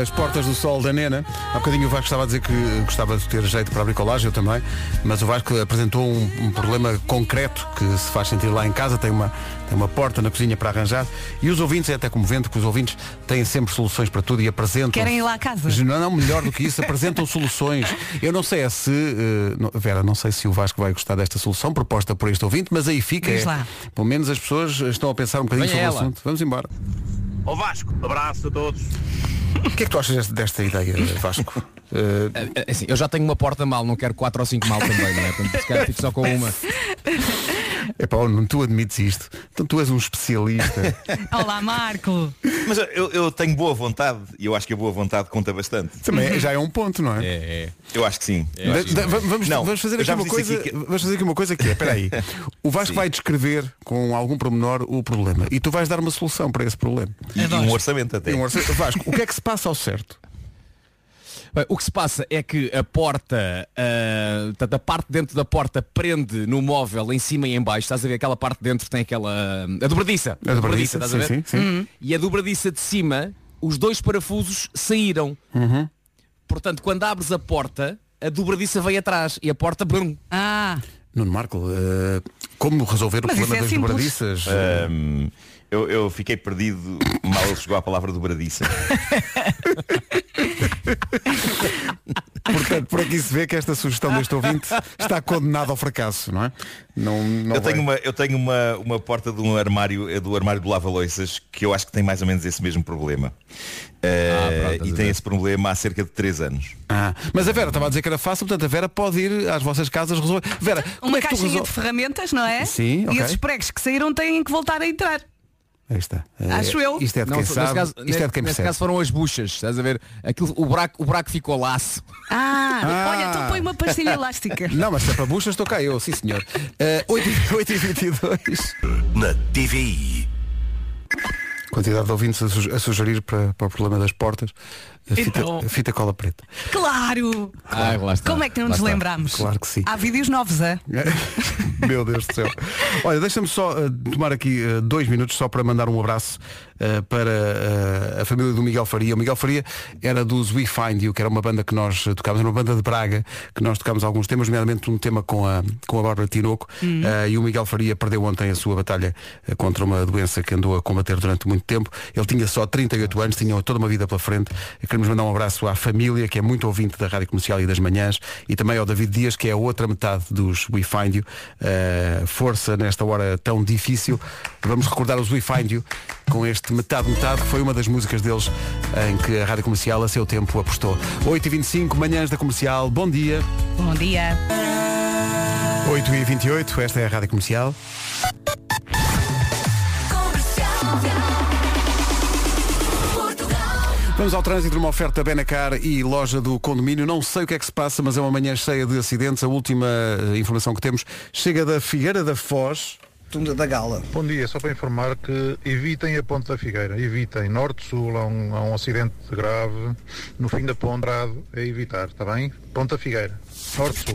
Speaker 1: As portas do sol da Nena. Há bocadinho o Vasco estava a dizer que gostava de ter jeito para a bricolagem, eu também. Mas o Vasco apresentou um, um problema concreto que se faz sentir lá em casa. Tem uma, tem uma porta na cozinha para arranjar. E os ouvintes, é até comovente que os ouvintes têm sempre soluções para tudo e apresentam.
Speaker 3: Querem ir lá à casa?
Speaker 1: Não, não, melhor do que isso, apresentam soluções. Eu não sei é se. eh, não- Vera, não sei se o Vasco vai gostar desta solução proposta por este ouvinte, mas aí fica.
Speaker 3: Diz
Speaker 1: é.
Speaker 3: lá.
Speaker 1: Pelo menos as pessoas estão a pensar um bocadinho
Speaker 5: Venha
Speaker 1: sobre o
Speaker 5: ela.
Speaker 1: assunto. Vamos embora.
Speaker 7: Ó Vasco, abraço a todos.
Speaker 1: O que é que tu achas desta, desta ideia, Vasco? Eh,
Speaker 5: É, assim, eu já tenho uma porta mal, não quero quatro ou cinco mal também, não é? Portanto, se calhar fico só com uma.
Speaker 1: Epá, oh, Nuno, tu admites isto. Então tu és um especialista.
Speaker 3: Olá, Marco.
Speaker 7: Mas eu, eu tenho boa vontade e eu acho que a boa vontade conta bastante.
Speaker 1: Também já é um ponto, não é?
Speaker 5: É, é.
Speaker 7: Eu acho que sim. Eu
Speaker 1: Da-
Speaker 7: acho que
Speaker 1: da-
Speaker 7: sim.
Speaker 1: va- vamos,
Speaker 7: Não,
Speaker 1: vamos fazer
Speaker 7: eu
Speaker 1: aqui
Speaker 7: já
Speaker 1: uma
Speaker 7: vos disse
Speaker 1: coisa.
Speaker 7: aqui que-
Speaker 1: Vamos fazer aqui uma coisa que é, espera aí. O Vasco
Speaker 7: Sim.
Speaker 1: vai descrever com algum pormenor o problema. E tu vais dar uma solução para esse problema.
Speaker 7: E,
Speaker 5: É
Speaker 7: e um orçamento até.
Speaker 1: E um orçamento- Vasco, o que é que se passa ao certo?
Speaker 5: Bem, o que se passa é que a porta, ah, portanto, a parte dentro da porta prende no móvel em cima e em baixo. Estás a ver aquela parte de dentro tem aquela. ah, A dobradiça.
Speaker 1: A dobradiça,
Speaker 5: estás a
Speaker 1: sim,
Speaker 5: ver? Hum.
Speaker 1: sim, sim.
Speaker 7: Uhum.
Speaker 5: E a dobradiça de cima, os dois parafusos saíram.
Speaker 1: Uhum.
Speaker 5: Portanto, quando abres a porta, a dobradiça vem atrás e a porta. Brum,
Speaker 3: Ah,
Speaker 1: Nuno Marco, eh, como resolver o
Speaker 3: Mas
Speaker 1: problema
Speaker 3: isso é
Speaker 1: das
Speaker 3: simples.
Speaker 1: dobradiças?
Speaker 7: É. Ahm, eu, eu fiquei perdido mal ele chegou à palavra dobradiça.
Speaker 1: Portanto, por aqui se vê que esta sugestão deste ouvinte está condenada ao fracasso, não é? Não, não
Speaker 7: Eu
Speaker 1: vai-
Speaker 7: tenho, uma, eu tenho uma, uma porta de um armário, eh, do armário do lava-loiças, que eu acho que tem mais ou menos esse mesmo problema. Eh,
Speaker 5: Ah, pronto, estás
Speaker 7: e
Speaker 5: a
Speaker 7: tem
Speaker 5: ver.
Speaker 7: esse problema há cerca de 3 anos.
Speaker 1: Ah, mas a Vera estava a dizer que era fácil, portanto a Vera pode ir às vossas casas resolver. Vera, como
Speaker 3: uma
Speaker 1: é que tu
Speaker 3: caixinha de
Speaker 1: resolves?
Speaker 3: ferramentas, não é?
Speaker 1: Sim,
Speaker 3: E
Speaker 1: ok.
Speaker 3: esses pregos que saíram têm que voltar a entrar.
Speaker 1: Aí está. Eh,
Speaker 3: Acho eu.
Speaker 1: Isto é de
Speaker 5: Não,
Speaker 1: quem
Speaker 5: nesse
Speaker 1: sabe.
Speaker 5: caso,
Speaker 1: isto é de quem
Speaker 5: nesse
Speaker 1: percebe.
Speaker 5: caso foram as buchas, estás a ver? Aquilo, o, buraco, o buraco ficou laço.
Speaker 3: Ah,
Speaker 1: Ah.
Speaker 3: olha, então põe uma pastilha elástica.
Speaker 1: Não, mas se é para buchas estou cá eu, sim senhor. Eh, 8 e- 8 e 22
Speaker 8: Na TVI.
Speaker 1: Quantidade de ouvintes a, su- a sugerir para, para o problema das portas. A fita,
Speaker 3: Então.
Speaker 1: a fita cola preta.
Speaker 3: Claro!
Speaker 5: Ah, lá está.
Speaker 3: Como é que não
Speaker 5: Lá
Speaker 3: nos
Speaker 5: está.
Speaker 3: lembramos?
Speaker 1: Claro que sim.
Speaker 3: Há vídeos novos, é?
Speaker 1: Meu Deus do céu. Olha, deixa-me só eh, tomar aqui eh, dois minutos só para mandar um abraço eh, para eh, a família do Miguel Faria. O Miguel Faria era dos We Find You, que era uma banda que nós eh, tocámos, era uma banda de Braga, que nós tocámos alguns temas, nomeadamente um tema com a, com a Bárbara Tinoco. Eh, e o Miguel Faria perdeu ontem a sua batalha eh, contra uma doença que andou a combater durante muito tempo. Ele tinha só 38 anos, tinha toda uma vida pela frente. E Queremos mandar um abraço à família, que é muito ouvinte da Rádio Comercial e das Manhãs, e também ao David Dias, que é a outra metade dos We Find You. Eh, força nesta hora tão difícil. Vamos recordar os We Find You com este metade metade, que foi uma das músicas deles em que a Rádio Comercial a seu tempo apostou. 8h25, manhãs da comercial, bom dia.
Speaker 3: Bom dia.
Speaker 1: 8h28, esta é a Rádio Comercial. Vamos ao trânsito, uma oferta Benacar e loja do condomínio. Não sei o que é que se passa, mas é uma manhã cheia de acidentes. A última eh, informação que temos chega da Figueira da Foz.
Speaker 2: Tunda da Gala.
Speaker 9: Bom dia, só para informar que evitem a Ponte da Figueira, evitem norte-sul, há um, há um acidente tá grave no fim da ponte, Prado, é evitar, está bem? Ponte da Figueira, norte-sul.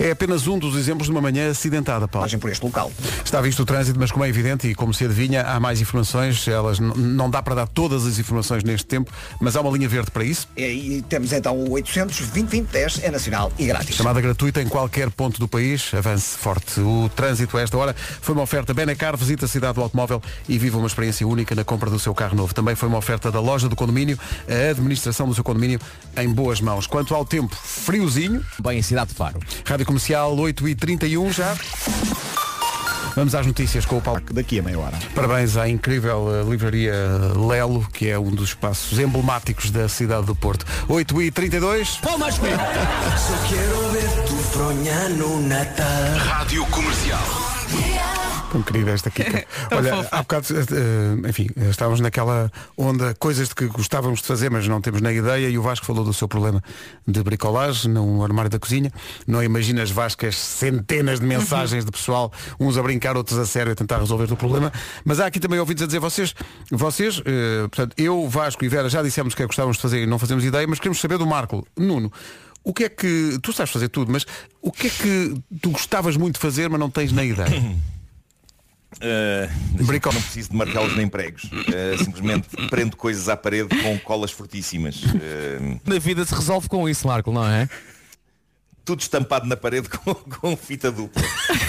Speaker 1: É apenas um dos exemplos de uma manhã acidentada, Paulo.
Speaker 2: Passagem por este local.
Speaker 1: Está visto o trânsito, mas como é evidente e como se adivinha, há mais informações. Elas n- não dá para dar todas as informações neste tempo, mas há uma linha verde para isso,
Speaker 2: E, e temos então o 800 2010 é nacional e grátis.
Speaker 1: chamada gratuita em qualquer ponto do país. Avance forte. O trânsito a esta hora foi uma oferta Benacar, visita a cidade do automóvel e viva uma experiência única na compra do seu carro novo. Também foi uma oferta da loja do condomínio, a administração do seu condomínio em boas mãos. Quanto ao tempo, friozinho,
Speaker 5: Bem, a cidade de Faro.
Speaker 1: Rádio Comercial 8h31 já. Vamos às notícias com o Paulo.
Speaker 10: Daqui a meia hora.
Speaker 1: Parabéns à incrível eh, livraria Lelo, que é um dos espaços emblemáticos da cidade do Porto. 8h32.
Speaker 5: Palmas,
Speaker 8: Rádio Comercial.
Speaker 1: Tão querida esta Kika. Olha, há bocado, eh, enfim, eh, estávamos naquela onda, coisas de que gostávamos de fazer, mas não temos nem ideia, e o Vasco falou do seu problema de bricolagem num armário da cozinha. Não imaginas, Vasco, as centenas de mensagens de pessoal, uns a brincar, outros a sério, a tentar resolver o problema. Mas há aqui também ouvidos a dizer, vocês, vocês, eh, portanto, eu, Vasco e Vera já dissemos o que é que gostávamos de fazer e não fazemos ideia, mas queremos saber do Marco. Nuno, o que é que, tu sabes fazer tudo, mas o que é que tu gostavas muito de fazer, mas não tens nem ideia?
Speaker 7: Ah,
Speaker 1: Bricol.
Speaker 7: Não preciso de martelos nem pregos. Ah, simplesmente prendo coisas à parede com colas fortíssimas. Ah,
Speaker 5: Na vida se resolve com isso, Marco, não é?
Speaker 7: tudo estampado na parede com, com fita dupla.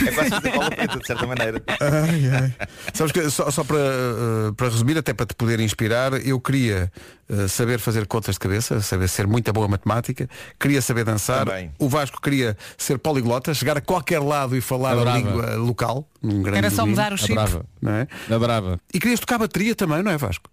Speaker 7: É quase fita cola preta, de certa maneira.
Speaker 1: Ai, ai. Sabes que só, só para, eh, para resumir, até para te poder inspirar, eu queria eh, saber fazer contas de cabeça, saber ser muito boa a matemática, queria saber dançar,
Speaker 7: Também.
Speaker 1: o Vasco queria ser poliglota, chegar a qualquer lado e falar a
Speaker 5: Adorava.
Speaker 1: língua local, num grande
Speaker 3: Era só
Speaker 1: domínio,
Speaker 3: mudar o chip.
Speaker 5: Adorava.
Speaker 1: não é?
Speaker 5: Adorava.
Speaker 1: E querias tocar bateria também, não é Vasco?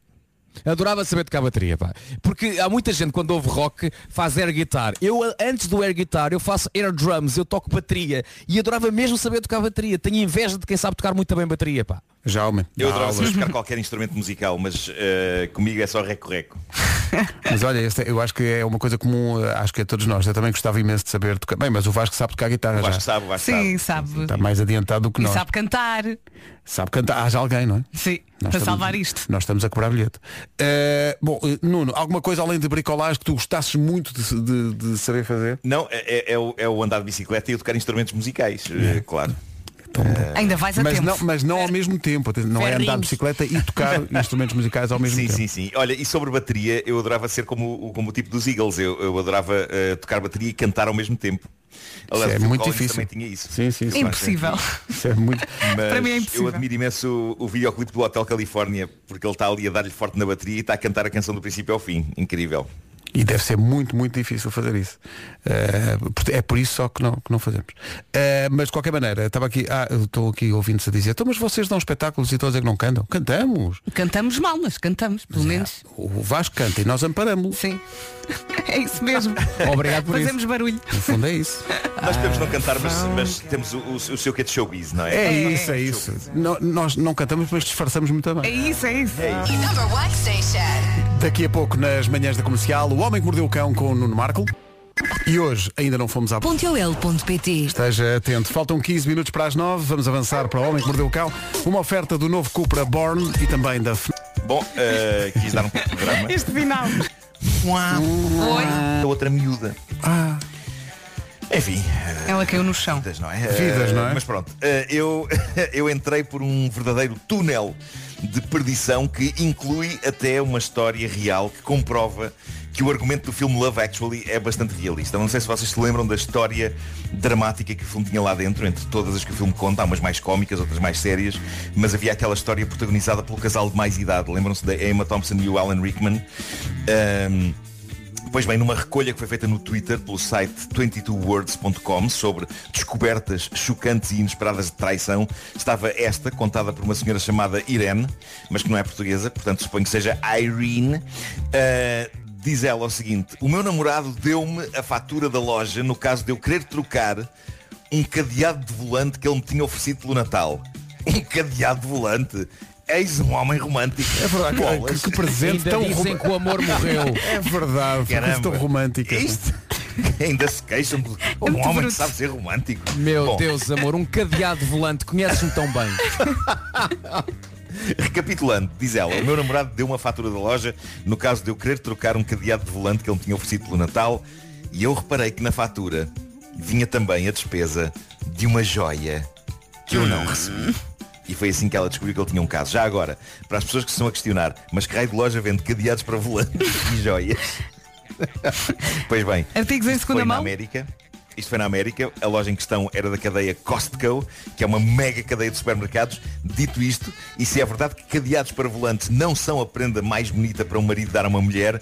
Speaker 5: Adorava saber tocar bateria, pá. Porque há muita gente quando ouve rock faz air guitar. Eu a- antes do air guitar eu faço air drums, eu toco bateria e adorava mesmo saber tocar bateria. Tenho inveja de quem sabe tocar muito bem bateria, pá.
Speaker 1: Já homem.
Speaker 7: Eu
Speaker 1: Dá
Speaker 7: adorava
Speaker 1: aulas.
Speaker 7: saber tocar qualquer instrumento musical, mas ah, comigo é só reco-reco.
Speaker 1: Mas olha, este é- eu acho que é uma coisa comum, eh, acho que a todos nós. Eu também gostava imenso de saber tocar. Bem, mas o Vasco sabe tocar guitarra
Speaker 7: O Vasco
Speaker 1: já.
Speaker 7: sabe, o Vasco
Speaker 3: Ah, Sim,
Speaker 7: sabe.
Speaker 3: sabe.
Speaker 1: Está mais adiantado do que
Speaker 3: E
Speaker 1: tá nós.
Speaker 3: sabe cantar.
Speaker 1: sabe cantar. Haja alguém, não é?
Speaker 3: Sim,
Speaker 1: Nós
Speaker 3: para
Speaker 1: estamos-
Speaker 3: salvar isto.
Speaker 1: Nós estamos a cobrar bilhete. Eh, bom, eh, Nuno, alguma coisa além de bricolagem que tu gostasses muito de, de- de saber fazer?
Speaker 7: Não, é, é- é o, é o andar de bicicleta e o tocar instrumentos musicais,
Speaker 3: É.
Speaker 7: eh, claro. Eh,
Speaker 3: Ainda vais a
Speaker 1: Mas
Speaker 3: tempo.
Speaker 1: não, mas não ao mesmo tempo. Atenção, Não é andar de
Speaker 3: Ferrinhos.
Speaker 1: bicicleta e tocar instrumentos musicais ao mesmo
Speaker 7: Sim,
Speaker 1: tempo.
Speaker 7: sim, sim. Olha, e sobre bateria, eu adorava ser como, o- como o tipo dos Eagles. Eu, eu adorava eh, tocar bateria e cantar ao mesmo tempo. Aliás,
Speaker 1: é
Speaker 7: o Phil
Speaker 1: muito
Speaker 7: Collins
Speaker 1: difícil.
Speaker 7: também tinha isso.
Speaker 1: Sim, sim, sim.
Speaker 3: Impossível.
Speaker 1: Isso é muito...
Speaker 7: Mas
Speaker 3: Para mim é impossível.
Speaker 7: eu admiro imenso o, o videoclipe do Hotel Califórnia, porque ele está ali a dar-lhe forte na bateria e está a cantar a canção do princípio ao fim. Incrível.
Speaker 1: E deve ser muito, muito difícil fazer isso. Eh, porta- é por isso só que não, que não fazemos. Eh, mas de qualquer maneira, estava aqui, ah, eu estou aqui ouvindo-se a dizer, então, mas vocês dão espetáculos e estão a dizer que não cantam? Cantamos!
Speaker 3: Cantamos mal, mas cantamos, pelo menos.
Speaker 1: O Vasco canta e nós amparamos.
Speaker 3: Sim. É isso mesmo.
Speaker 5: Obrigado por isso.
Speaker 3: Fazemos barulho.
Speaker 1: No fundo é isso.
Speaker 7: Nós podemos não cantar, mas, mas temos o, o, o seu que é de showbiz, não é?
Speaker 1: É isso, é isso. No- nós não cantamos, mas disfarçamos muito
Speaker 3: É
Speaker 1: bem.
Speaker 3: isso, é isso.
Speaker 1: Daqui a pouco, nas manhãs da comercial, o Homem que Mordeu o Cão com o Nuno Marco. E hoje ainda não fomos à.
Speaker 11: Pontiol.pt
Speaker 1: Esteja atento. Faltam 15 minutos para as 9. Vamos avançar para o Homem que Mordeu o Cão. Uma oferta do novo Cupra Born e também da. F-
Speaker 7: Bom, eh, quis dar um pouco de drama.
Speaker 3: Este final. Oi.
Speaker 7: Da outra miúda.
Speaker 1: Ah.
Speaker 7: Enfim,
Speaker 3: Ela caiu no chão.
Speaker 7: Vidas, não é?
Speaker 1: Vidas,
Speaker 7: Eh,
Speaker 1: não é?
Speaker 7: Mas pronto, eh, eu, eu entrei por um verdadeiro túnel de perdição que inclui até uma história real que comprova que o argumento do filme Love Actually é bastante realista. Não sei se vocês se lembram da história dramática que o filme tinha lá dentro, entre todas as que o filme conta, há umas mais cómicas, outras mais sérias, mas havia aquela história protagonizada pelo casal de mais idade. Lembram-se da Emma Thompson e o Alan Rickman? Ahm, Pois bem, numa recolha que foi feita no Twitter pelo site 22words.com sobre descobertas chocantes e inesperadas de traição, estava esta, contada por uma senhora chamada Irene, mas que não é portuguesa, portanto suponho que seja Irene. Ah, diz ela o seguinte, o meu namorado deu-me a fatura da loja no caso de eu querer trocar um cadeado de volante que ele me tinha oferecido pelo Natal. Um cadeado de volante? Eis um homem romântico.
Speaker 1: É verdade, que-
Speaker 7: Bolas.
Speaker 1: que, que presente
Speaker 5: Ainda
Speaker 1: tão
Speaker 5: dizem
Speaker 1: romântico.
Speaker 5: que o amor morreu.
Speaker 1: É verdade, que coisa tão romântica.
Speaker 7: Isto ainda se queixam de um
Speaker 3: muito
Speaker 7: homem
Speaker 3: bruto.
Speaker 7: que sabe ser romântico.
Speaker 5: Meu
Speaker 7: Bom,
Speaker 5: Deus, amor, um cadeado volante, conheces-me tão bem.
Speaker 7: Recapitulando, diz ela, o meu namorado deu uma fatura da loja no caso de eu querer trocar um cadeado de volante que ele me tinha oferecido pelo Natal e eu reparei que na fatura vinha também a despesa de uma joia que eu não recebi. E foi assim que ela descobriu que ele tinha um caso. Já agora, para as pessoas que se estão a questionar, mas que raio de loja vende cadeados para volantes e joias? pois bem,
Speaker 3: Artigos em
Speaker 7: isto foi
Speaker 3: segunda
Speaker 7: na
Speaker 3: mão?
Speaker 7: América. Isto foi na América, a loja em questão era da cadeia Costco, que é uma mega cadeia de supermercados. Dito isto, e se é verdade que cadeados para volante não são a prenda mais bonita para um marido dar a uma mulher,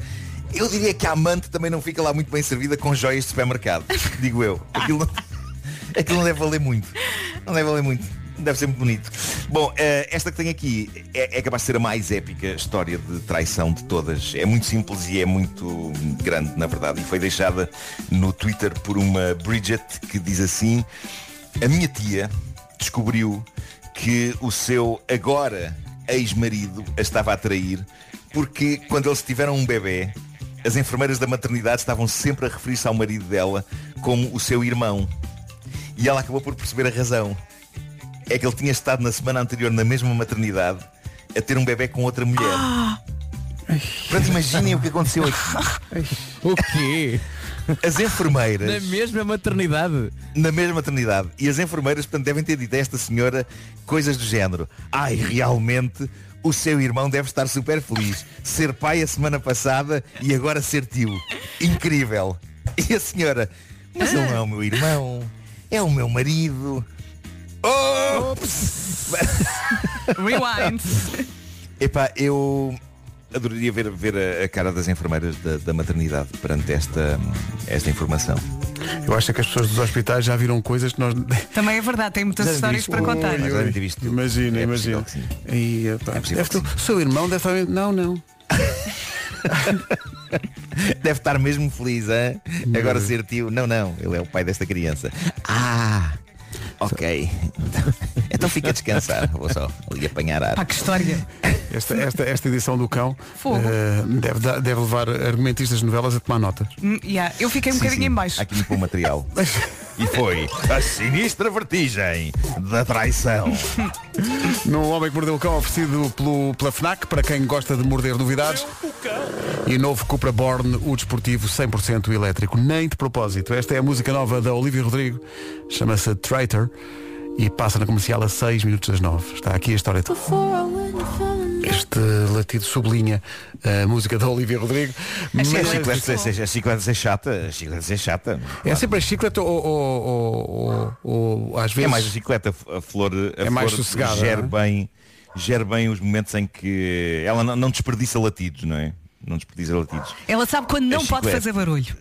Speaker 7: eu diria que a amante também não fica lá muito bem servida com joias de supermercado. Digo eu.
Speaker 3: Ah.
Speaker 7: Aquilo não... Aquilo É não deve valer muito. Não deve valer muito. Deve ser muito bonito. Bom, eh, esta que tenho aqui é, é capaz de ser a mais épica história de traição de todas. É muito simples e é muito grande, na verdade. E foi deixada no Twitter por uma Bridget que diz assim A minha tia descobriu que o seu agora ex-marido a estava a trair porque quando eles tiveram um bebê, as enfermeiras da maternidade estavam sempre a referir-se ao marido dela como o seu irmão. E ela acabou por perceber a razão. É que ele tinha estado na semana anterior na mesma maternidade a ter um bebê com outra mulher. Portanto, imaginem o que aconteceu aqui.
Speaker 5: O quê?
Speaker 7: As
Speaker 5: Na
Speaker 7: enfermeiras
Speaker 5: mesma maternidade.
Speaker 7: na mesma maternidade. E as enfermeiras, portanto, devem ter dito a esta senhora coisas do género. Ai, realmente, o seu irmão deve estar super feliz. Ser pai a semana passada e agora ser tio. Incrível. E a senhora, mas ele não é o meu irmão, é o meu marido. Oh!
Speaker 3: Rewind.
Speaker 7: Epá, eu adoraria ver, ver a, a cara das enfermeiras da, da maternidade perante esta, esta informação.
Speaker 1: Eu acho que as pessoas dos hospitais já viram coisas que nós.
Speaker 3: Também é verdade, tem muitas
Speaker 7: Já
Speaker 3: histórias
Speaker 7: viste?
Speaker 3: para contar.
Speaker 7: Ui, devem ter visto tudo.
Speaker 1: Imagina,
Speaker 7: É
Speaker 1: imagina.
Speaker 7: possível que
Speaker 1: E, eh, epá,
Speaker 7: É possível que
Speaker 1: deve ter- Seu irmão deve estar. Não, não.
Speaker 7: Deve estar mesmo feliz, hein? Agora ser tio. Não, não, ele é o pai desta criança. Ah, ok. Então, então fica a descansar. Vou só ali apanhar
Speaker 3: Pá,
Speaker 7: ar.
Speaker 3: que história.
Speaker 1: Esta, esta, esta edição do cão
Speaker 3: Fogo.
Speaker 1: eh, deve, dar- deve levar argumentistas de novelas a tomar notas.
Speaker 3: Hum, yeah, Eu fiquei um
Speaker 7: Sim,
Speaker 3: bocadinho
Speaker 7: sim,
Speaker 3: em baixo.
Speaker 7: Aqui no bom material. E foi a sinistra vertigem da traição.
Speaker 1: No Homem que Mordeu o Cão, oferecido pelo, pela FNAC, para quem gosta de morder novidades. E novo Cupra Born, o desportivo 100% elétrico. Nem de propósito. Esta é a música nova da Olivia Rodrigo, chama-se Traitor, e passa na comercial a 6 minutos das 9. Está aqui a história toda. Este latido sublinha a música da Olivia Rodrigo. Mas
Speaker 7: Se a chiclete, se a chiclete é chata, a chiclete é chata.
Speaker 1: é sempre a chicleta ou, ou- ou- ou- ou às vezes.
Speaker 7: É mais a chiclete, a f- a flor, a
Speaker 1: É mais
Speaker 7: flor
Speaker 1: sossegada,
Speaker 7: gera
Speaker 1: não é?
Speaker 7: bem, gera bem os momentos em que ela não, não desperdiça latidos, não é? Não desperdiça latidos.
Speaker 3: Ela sabe quando não
Speaker 7: A
Speaker 3: pode
Speaker 7: chiclete.
Speaker 3: fazer barulho.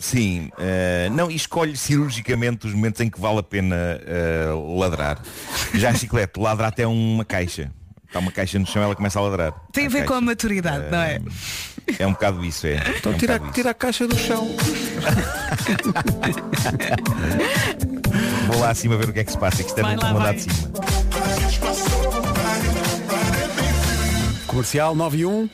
Speaker 7: Sim, eh, não, e escolhe cirurgicamente os momentos em que vale a pena eh, ladrar. Já a chiclete ladra até uma caixa. Está uma caixa no chão, ela começa a ladrar.
Speaker 3: Tem a ver com a maturidade, não é?
Speaker 7: É um bocado isso, é. é
Speaker 1: Então
Speaker 7: um
Speaker 1: tira, a-
Speaker 7: bocado isso.
Speaker 1: tira a caixa do chão.
Speaker 7: Vou lá acima ver o que é que se passa, que isto é
Speaker 3: Vai
Speaker 7: muito
Speaker 3: lá,
Speaker 7: comandado
Speaker 3: vai.
Speaker 7: de cima.
Speaker 1: Comercial 9 e 1.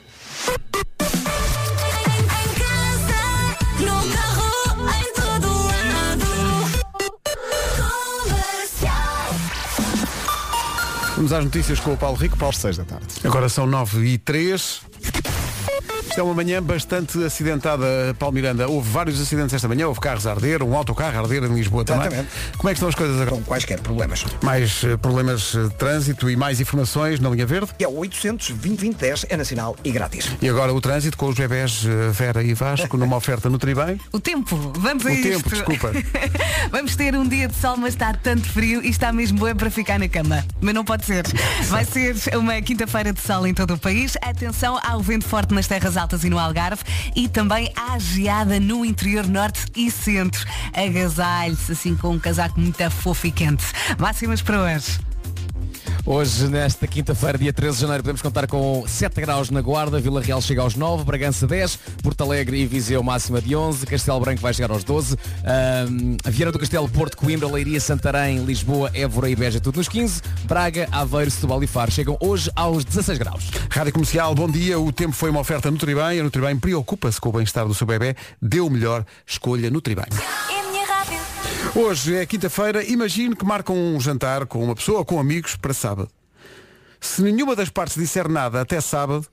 Speaker 1: Vamos às notícias com o Paulo Rico. Paulo, 6 da tarde. Agora são 9 e 3. Isto é uma manhã bastante acidentada, Paulo Miranda. Houve vários acidentes esta manhã, houve carros a arder, um autocarro a arder em Lisboa também.
Speaker 2: Exatamente.
Speaker 1: Como é que estão as coisas agora?
Speaker 2: Com um quaisquer problemas.
Speaker 1: Mais eh, problemas eh, de trânsito e mais informações na linha verde.
Speaker 2: E é o 800 2010 é nacional e grátis.
Speaker 1: E agora o trânsito com os bebés eh, Vera e Vasco numa oferta no Tribem.
Speaker 3: O tempo, vamos a
Speaker 1: O
Speaker 3: isto.
Speaker 1: tempo, desculpa.
Speaker 3: vamos ter um dia de sol, mas está tanto frio e está mesmo bom para ficar na cama. Mas não pode ser. Vai ser uma quinta-feira de sol em todo o país. Atenção ao vento forte nas terras altas e no Algarve e também à geada no interior norte e centro. Agasalhe-se assim com um casaco muito fofo e quente. Máximas para hoje.
Speaker 5: Hoje, nesta quinta-feira, dia 13 de janeiro, podemos contar com 7 graus na Guarda, Vila Real chega aos 9, Bragança 10, Porto Alegre e Viseu máxima de 11, Castelo Branco vai chegar aos 12, ahm, Viana do Castelo, Porto, Coimbra, Leiria, Santarém, Lisboa, Évora e Beja, tudo nos 15, Braga, Aveiro, Setúbal e Faro chegam hoje aos 16 graus.
Speaker 1: Rádio Comercial, bom dia. O tempo foi uma oferta no Tribem. A Nutribem preocupa-se com o bem-estar do seu bebê. Dê o melhor, escolha no Tribem. Hoje é quinta-feira. Imagino que marcam um jantar com uma pessoa ou com amigos para sábado. Se nenhuma das partes disser nada até sábado,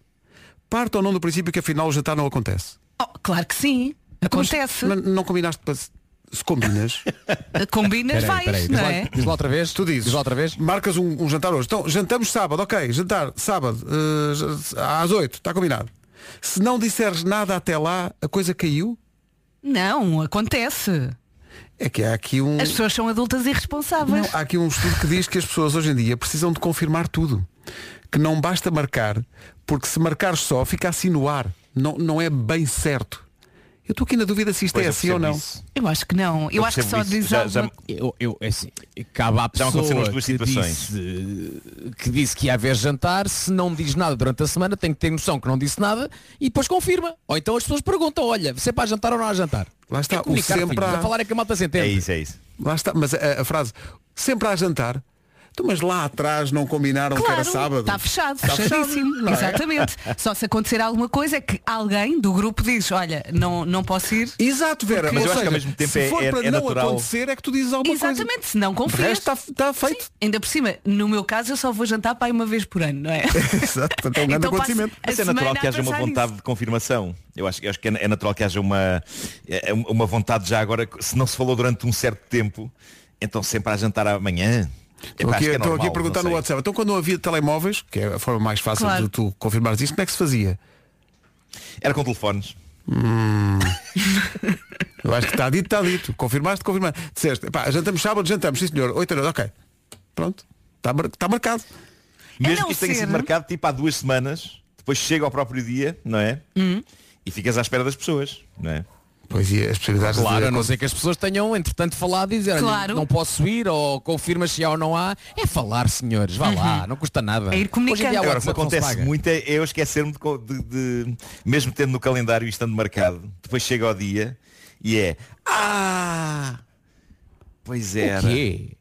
Speaker 1: parte ou não do princípio que afinal o jantar não acontece.
Speaker 3: Oh, claro que sim. Acontece.
Speaker 1: Mas não combinaste para se combinas,
Speaker 3: Combinas, vais,
Speaker 5: Peraí, peraí, diz
Speaker 3: não
Speaker 5: lá-
Speaker 3: é?
Speaker 5: Diz lá outra vez.
Speaker 1: tu dizes.
Speaker 5: Diz lá outra vez.
Speaker 1: Marcas um, um jantar hoje. Então, jantamos sábado, ok, jantar sábado, eh, já- às 8, está combinado. Se não disseres nada até lá, a coisa caiu.
Speaker 3: Não, acontece.
Speaker 1: É que há aqui um.
Speaker 3: As pessoas são adultas e responsáveis.
Speaker 1: Não, há aqui um estudo que diz que as pessoas hoje em dia precisam de confirmar tudo. Que não basta marcar, porque se marcar só fica assim no ar. Não, não é bem certo. Eu estou aqui na dúvida se isto
Speaker 7: Pois,
Speaker 1: é
Speaker 7: eu
Speaker 1: assim ou
Speaker 7: percebo
Speaker 1: não.
Speaker 7: isso.
Speaker 3: Eu acho que não. Eu
Speaker 7: Eu
Speaker 3: acho que só
Speaker 7: percebo isso.
Speaker 3: diz
Speaker 7: Já- já-
Speaker 3: alguma...
Speaker 5: Eu, eu, é assim, cabe
Speaker 7: Já
Speaker 5: à
Speaker 7: me
Speaker 5: pessoa
Speaker 7: aconteceram as duas
Speaker 5: que,
Speaker 7: situações.
Speaker 5: disse, eh, que disse que ia haver jantar, se não diz nada durante a semana, tem que ter noção que não disse nada e depois confirma. Ou então as pessoas perguntam, olha, você para jantar ou não há jantar?
Speaker 1: Lá está,
Speaker 5: é
Speaker 1: o
Speaker 5: comunicar,
Speaker 1: sempre
Speaker 5: filhos.
Speaker 1: há-
Speaker 5: A falar é que a malta se
Speaker 7: É
Speaker 5: entende.
Speaker 7: isso, é isso.
Speaker 1: Lá está, mas a, a frase, sempre há jantar. Então, mas lá atrás não combinaram que era sábado.
Speaker 3: está fechado,
Speaker 1: Está fechado,
Speaker 3: fechadíssimo.
Speaker 1: não é?
Speaker 3: Exatamente. Só se acontecer alguma coisa é que alguém do grupo diz, olha, não, não posso ir.
Speaker 1: Exato, Vera,
Speaker 7: Mas
Speaker 1: ou
Speaker 7: eu acho que ao
Speaker 1: seja,
Speaker 7: mesmo tempo
Speaker 1: se
Speaker 7: é-
Speaker 1: for
Speaker 7: é-
Speaker 1: para
Speaker 7: é
Speaker 1: não
Speaker 7: natural.
Speaker 1: acontecer é que tu dizes alguma coisa.
Speaker 3: Exatamente, se não
Speaker 1: O
Speaker 3: confias.
Speaker 1: resto está está feito.
Speaker 3: Ainda por cima, no meu caso, eu só vou jantar para aí uma vez por ano, não é?
Speaker 1: Exato, então, um grande
Speaker 3: Então, passo-
Speaker 1: acontecimento.
Speaker 7: Mas
Speaker 3: A
Speaker 7: é natural
Speaker 3: semana
Speaker 7: que
Speaker 3: a
Speaker 7: haja uma
Speaker 3: pensar
Speaker 7: vontade de confirmação. Eu acho, eu acho que é é natural que haja uma, é- é uma vontade já agora, se não se falou durante um certo tempo, então sempre há jantar amanhã. Epá,
Speaker 1: Estou
Speaker 7: acho
Speaker 1: aqui,
Speaker 7: que é
Speaker 1: estou aqui a
Speaker 7: normal,
Speaker 1: perguntar
Speaker 7: não
Speaker 1: no
Speaker 7: sei.
Speaker 1: WhatsApp. Então quando não havia telemóveis, que é a forma mais fácil
Speaker 3: Claro.
Speaker 1: de tu confirmares isto, como é que se fazia?
Speaker 7: Era com telefones.
Speaker 1: Eu acho que está dito, está dito. Confirmaste, confirmaste. Disseste, pá, jantamos sábado, jantamos, sim senhor, 8 horas, ok. Pronto. Está, mar- está marcado.
Speaker 7: Mesmo
Speaker 3: não
Speaker 7: que isto tenha
Speaker 3: ser-
Speaker 7: sido marcado tipo há duas semanas, depois chega ao próprio dia, não é?
Speaker 3: Hum.
Speaker 7: E ficas à espera das pessoas, não é?
Speaker 1: Pois e as possibilidades
Speaker 5: Claro,
Speaker 1: de
Speaker 5: a não ser que as pessoas tenham, entretanto, falado e dizer, olha,
Speaker 3: Claro.
Speaker 5: não posso ir, ou confirma se há ou não há. É falar, senhores, vá lá, não custa nada.
Speaker 3: É ir comunicando.
Speaker 5: Hoje em dia há
Speaker 7: Agora, o que
Speaker 5: WhatsApp, não se
Speaker 7: acontece
Speaker 5: paga.
Speaker 7: muito é eu esquecer-me de, co- de- de- Mesmo tendo no calendário e estando marcado, depois chega ao dia e é. Ah! Pois
Speaker 5: O
Speaker 7: era.
Speaker 5: quê?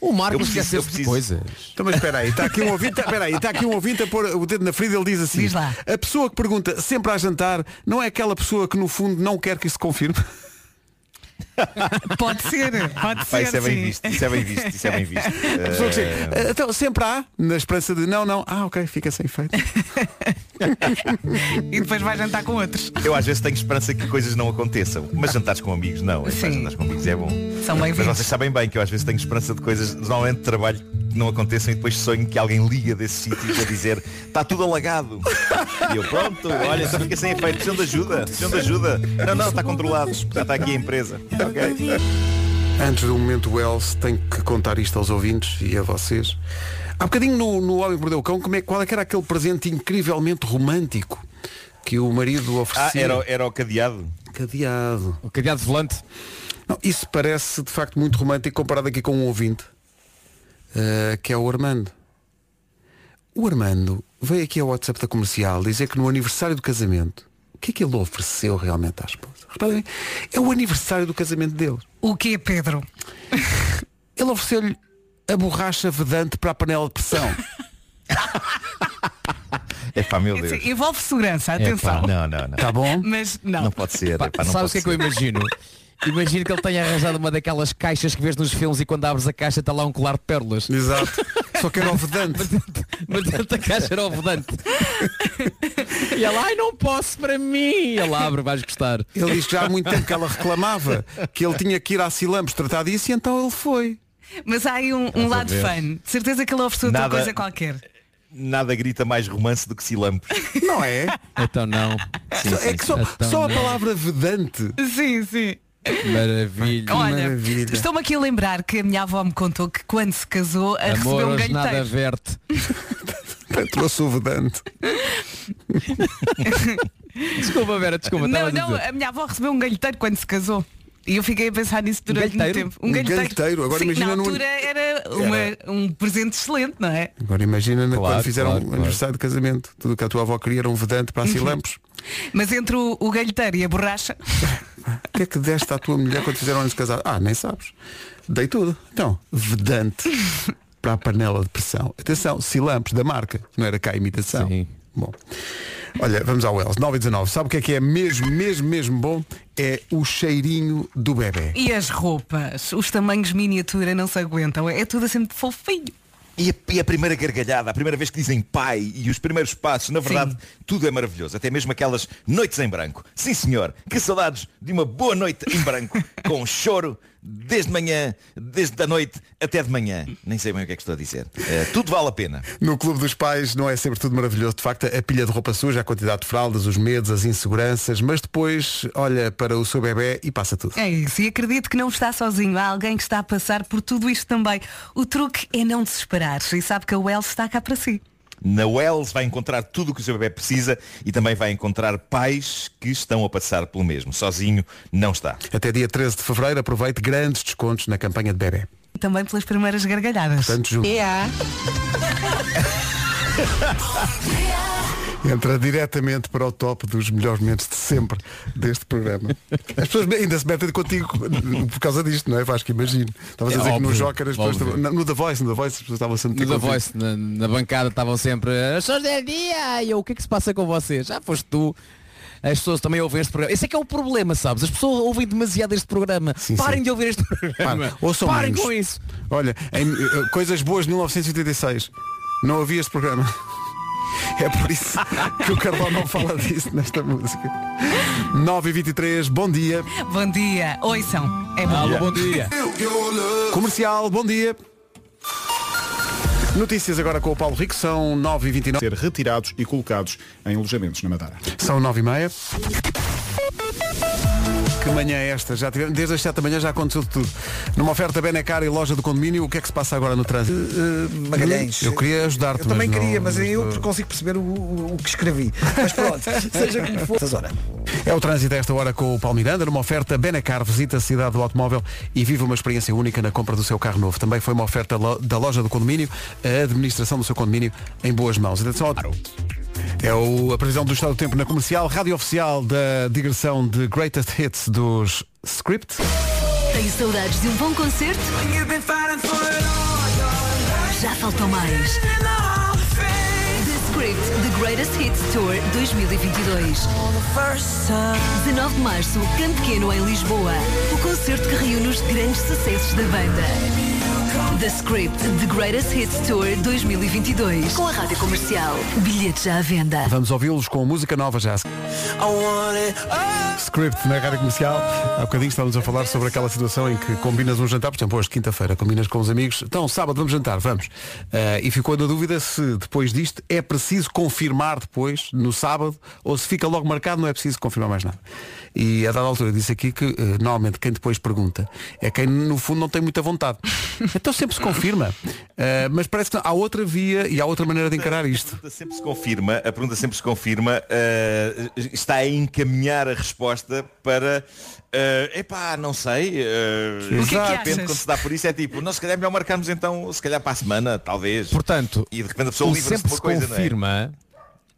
Speaker 5: O Marco
Speaker 7: Eu preciso- eu
Speaker 5: esqueceu-se de
Speaker 7: preciso-
Speaker 5: coisas.
Speaker 1: Então, mas espera aí, está aqui um ouvinte, espera aí, está aqui um ouvinte a pôr o dedo na ferida, ele diz assim,
Speaker 3: Diz lá.
Speaker 1: a pessoa que pergunta sempre a jantar não é aquela pessoa que no fundo não quer que isso se confirme.
Speaker 3: Pode ser,
Speaker 7: Pá,
Speaker 3: pode ser.
Speaker 7: isso é bem
Speaker 3: sim.
Speaker 7: visto, isso é bem visto, isso é bem visto.
Speaker 1: A pessoa que chega,
Speaker 7: Eh,
Speaker 1: "Ah, então sempre há, na esperança de não, não, ah ok, fica sem feito.
Speaker 3: E depois vai jantar com outros.
Speaker 7: Eu às vezes tenho esperança que coisas não aconteçam, mas jantares com amigos não, Epá,
Speaker 3: Sim.
Speaker 7: jantares com amigos é bom.
Speaker 3: São
Speaker 7: Mas
Speaker 3: bem-vindos.
Speaker 7: vocês sabem bem que eu às vezes tenho esperança de coisas, normalmente de trabalho, que não aconteçam e depois sonho que alguém liga desse sítio a dizer está tudo alagado. E eu pronto, olha, só fica sem efeito, precisam de ajuda, precisam de ajuda. Não, não, está controlado, já está aqui a empresa. Ok.
Speaker 1: Antes do momento Wells, tenho que contar isto aos ouvintes e a vocês. Há bocadinho no, no Homem que Mordeu o Cão, como é, qual é que era aquele presente incrivelmente romântico que o marido
Speaker 7: Ah,
Speaker 1: oferecia?
Speaker 7: era, o- era o cadeado.
Speaker 1: Cadeado.
Speaker 5: O cadeado de volante.
Speaker 1: Não, isso parece de facto muito romântico comparado aqui com um ouvinte, eh, que é o Armando. O Armando veio aqui ao WhatsApp da comercial dizer que no aniversário do casamento, o que é que ele ofereceu realmente à esposa? Reparem, é o aniversário do casamento dele.
Speaker 3: O que é Pedro?
Speaker 1: Ele ofereceu-lhe a borracha vedante para a panela de pressão.
Speaker 7: É pá, meu
Speaker 3: Quer
Speaker 7: Deus.
Speaker 3: dizer, Envolve segurança,
Speaker 7: Epá,
Speaker 3: atenção.
Speaker 7: não, não, não.
Speaker 1: Está Tá bom?
Speaker 3: Mas não.
Speaker 7: Não pode ser.
Speaker 5: é- Pá,
Speaker 7: epá, não
Speaker 5: sabes o que é
Speaker 7: pode
Speaker 5: que eu
Speaker 7: ser.
Speaker 5: imagino? Imagino que ele tenha arranjado uma daquelas caixas que vês nos filmes e quando abres a caixa está lá um colar de pérolas.
Speaker 1: Exato. Só que era o vedante.
Speaker 5: Mas dentro da caixa era o vedante. E ela, ai não posso para mim. E ela abre, vais gostar.
Speaker 1: Ele diz que já há muito tempo que ela reclamava que ele tinha que ir à Silambos tratar disso e então ele foi.
Speaker 3: Mas há aí um, um lado
Speaker 5: ver.
Speaker 3: fã. De certeza que ele ofereceu outra
Speaker 7: Nada-
Speaker 3: coisa qualquer.
Speaker 7: Nada grita mais romance do que silampos.
Speaker 1: Não é?
Speaker 5: Então não. Sim,
Speaker 1: é
Speaker 5: sim,
Speaker 1: que
Speaker 5: sim.
Speaker 1: só,
Speaker 5: Então
Speaker 1: só a
Speaker 5: não.
Speaker 1: palavra vedante
Speaker 3: Sim, sim.
Speaker 5: Maravilha.
Speaker 3: Olha,
Speaker 1: maravilha.
Speaker 3: estou-me aqui a lembrar que a minha avó me contou que quando se casou a
Speaker 5: Amor,
Speaker 3: recebeu um
Speaker 5: hoje nada
Speaker 3: ganho
Speaker 5: verte.
Speaker 1: trouxe o vedante.
Speaker 5: Desculpa, Vera, desculpa.
Speaker 3: Não,
Speaker 5: estava a
Speaker 3: não,
Speaker 5: dizer.
Speaker 3: a minha avó recebeu um galheteiro quando se casou. E eu fiquei a pensar nisso durante muito
Speaker 5: galheteiro?
Speaker 3: tempo. Um
Speaker 1: Um
Speaker 3: galheteiro.
Speaker 1: galheteiro, agora
Speaker 3: Sim,
Speaker 1: imagina
Speaker 3: na
Speaker 1: num-
Speaker 3: altura era, uma- um presente excelente, não é?
Speaker 1: Agora imagina na-
Speaker 5: Claro,
Speaker 1: quando fizeram
Speaker 5: claro,
Speaker 1: um
Speaker 5: claro.
Speaker 1: aniversário de casamento. Tudo o que a tua avó queria era um vedante para a Silampos.
Speaker 3: Mas entre o, o galheteiro e a borracha,
Speaker 1: O que é que deste à tua mulher quando fizeram anos de casado? Ah, nem sabes. Dei tudo. Então, vedante para a panela de pressão. Atenção, Silampos da marca. Não era cá a imitação.
Speaker 5: Sim.
Speaker 1: Bom. Olha, vamos ao Wells. 9 e 19. Sabe o que é que é mesmo, mesmo, mesmo bom? É o cheirinho do bebê.
Speaker 3: E as roupas, os tamanhos miniatura não se aguentam. É tudo assim muito fofinho.
Speaker 7: E a, e a primeira gargalhada, a primeira vez que dizem pai e os primeiros passos, na verdade, tudo é maravilhoso. Até mesmo aquelas noites em branco. Sim, senhor, que saudades de uma boa noite em branco, com choro, desde manhã, desde a noite até de manhã. Nem sei bem o que é que estou a dizer. Eh, tudo vale a pena.
Speaker 1: No Clube dos Pais não é sempre tudo maravilhoso. De facto, a pilha de roupa suja, a quantidade de fraldas, os medos, as inseguranças, mas depois olha para o seu bebê e passa tudo.
Speaker 3: É isso, e acredito que não está sozinho. Há alguém que está a passar por tudo isto também. O truque é não desesperar e sabe que a Wells está cá para si.
Speaker 7: Na Wells vai encontrar tudo o que o seu bebê precisa e também vai encontrar pais que estão a passar pelo mesmo. Sozinho não está.
Speaker 1: Até dia 13 de fevereiro aproveite grandes descontos na campanha de bebê.
Speaker 3: E também pelas primeiras gargalhadas.
Speaker 1: Portanto, junto. Entra diretamente para o top dos melhores momentos de sempre deste programa. As pessoas ainda se metem contigo por causa disto, não é? Vasco, imagino. Estavas a
Speaker 5: É
Speaker 1: dizer que no
Speaker 5: óbvio,
Speaker 1: Joker as pessoas
Speaker 5: óbvio.
Speaker 1: estavam- No The Voice, no The Voice as pessoas estavam a se meter
Speaker 5: No The
Speaker 1: contigo.
Speaker 5: Voice, na, na bancada, estavam sempre As pessoas da dia E eu, o que é que se passa com vocês? Já foste tu As pessoas também ouvem este programa Esse é que é o problema, sabes? As pessoas ouvem demasiado este programa
Speaker 1: Sim,
Speaker 5: Parem
Speaker 1: sim.
Speaker 5: de ouvir este programa
Speaker 1: Para, ouçam
Speaker 5: Parem
Speaker 1: menos.
Speaker 5: com isso
Speaker 1: Olha, em, eh, coisas boas de 1986. Não havia este programa. É por isso que o Carlão não fala disso nesta música. 9h23, bom dia.
Speaker 3: Bom dia, oiçam. É bom.
Speaker 5: Alô, bom dia
Speaker 1: Comercial, bom dia. Notícias agora com o Paulo Rico, são 9h29.
Speaker 10: ser retirados e colocados em alojamentos na Madeira.
Speaker 1: São 9h30. Que manhã é esta? Já tivemos, desde as 7 da manhã já aconteceu de tudo. Numa oferta Benecar e loja do condomínio, o que é que se passa agora no trânsito?
Speaker 2: Eh, Magalhães.
Speaker 1: Eu queria ajudar-te,
Speaker 2: Eu também
Speaker 1: mas não-
Speaker 2: queria, mas
Speaker 1: não
Speaker 2: eu
Speaker 1: estou.
Speaker 2: consigo perceber o, o- o que escrevi. Mas pronto, seja como for. Essas horas.
Speaker 1: É o trânsito a esta hora com o Paulo Miranda, numa oferta Benacar, visita a cidade do automóvel e vive uma experiência única na compra do seu carro novo. Também foi uma oferta lo- da loja do condomínio, a administração do seu condomínio em boas mãos. Atenção ao... É o- a previsão do estado do tempo na comercial, rádio oficial da digressão de Greatest Hits dos Script.
Speaker 11: Tem saudades de um bom concerto? Já faltou mais. The Script, The Greatest Hits Tour 2022. 19 de março, Campo Pequeno em Lisboa. O concerto que reúne os grandes sucessos da banda. The Script, The Greatest Hits Tour 2022. Com a rádio comercial. Bilhetes já à venda.
Speaker 1: Vamos ouvi-los com música nova já. Script na rádio comercial. Há bocadinho estávamos a falar sobre aquela situação em que combinas um jantar, por exemplo, hoje quinta-feira, combinas com os amigos, então sábado vamos jantar, vamos. Ah, e ficou na dúvida se depois disto é preciso confirmar depois, no sábado, ou se fica logo marcado, não é preciso confirmar mais nada. E a dada altura disse aqui que eh, normalmente quem depois pergunta é quem no fundo não tem muita vontade. Então sempre se confirma. Ah, mas parece que há outra via e há outra maneira de encarar
Speaker 7: A
Speaker 1: isto.
Speaker 7: pergunta sempre se confirma, a pergunta sempre se confirma, eh, está a encaminhar a resposta para eh, epá, não sei, eh,
Speaker 1: O que é que
Speaker 7: de repente
Speaker 3: achas?
Speaker 7: quando se dá por isso é tipo, não se calhar é melhor marcarmos então, se calhar para a semana, talvez.
Speaker 5: Portanto,
Speaker 7: e de repente a pessoa
Speaker 5: o
Speaker 7: livra-se de
Speaker 5: sempre
Speaker 7: uma
Speaker 5: se
Speaker 7: coisa, não é?
Speaker 5: confirma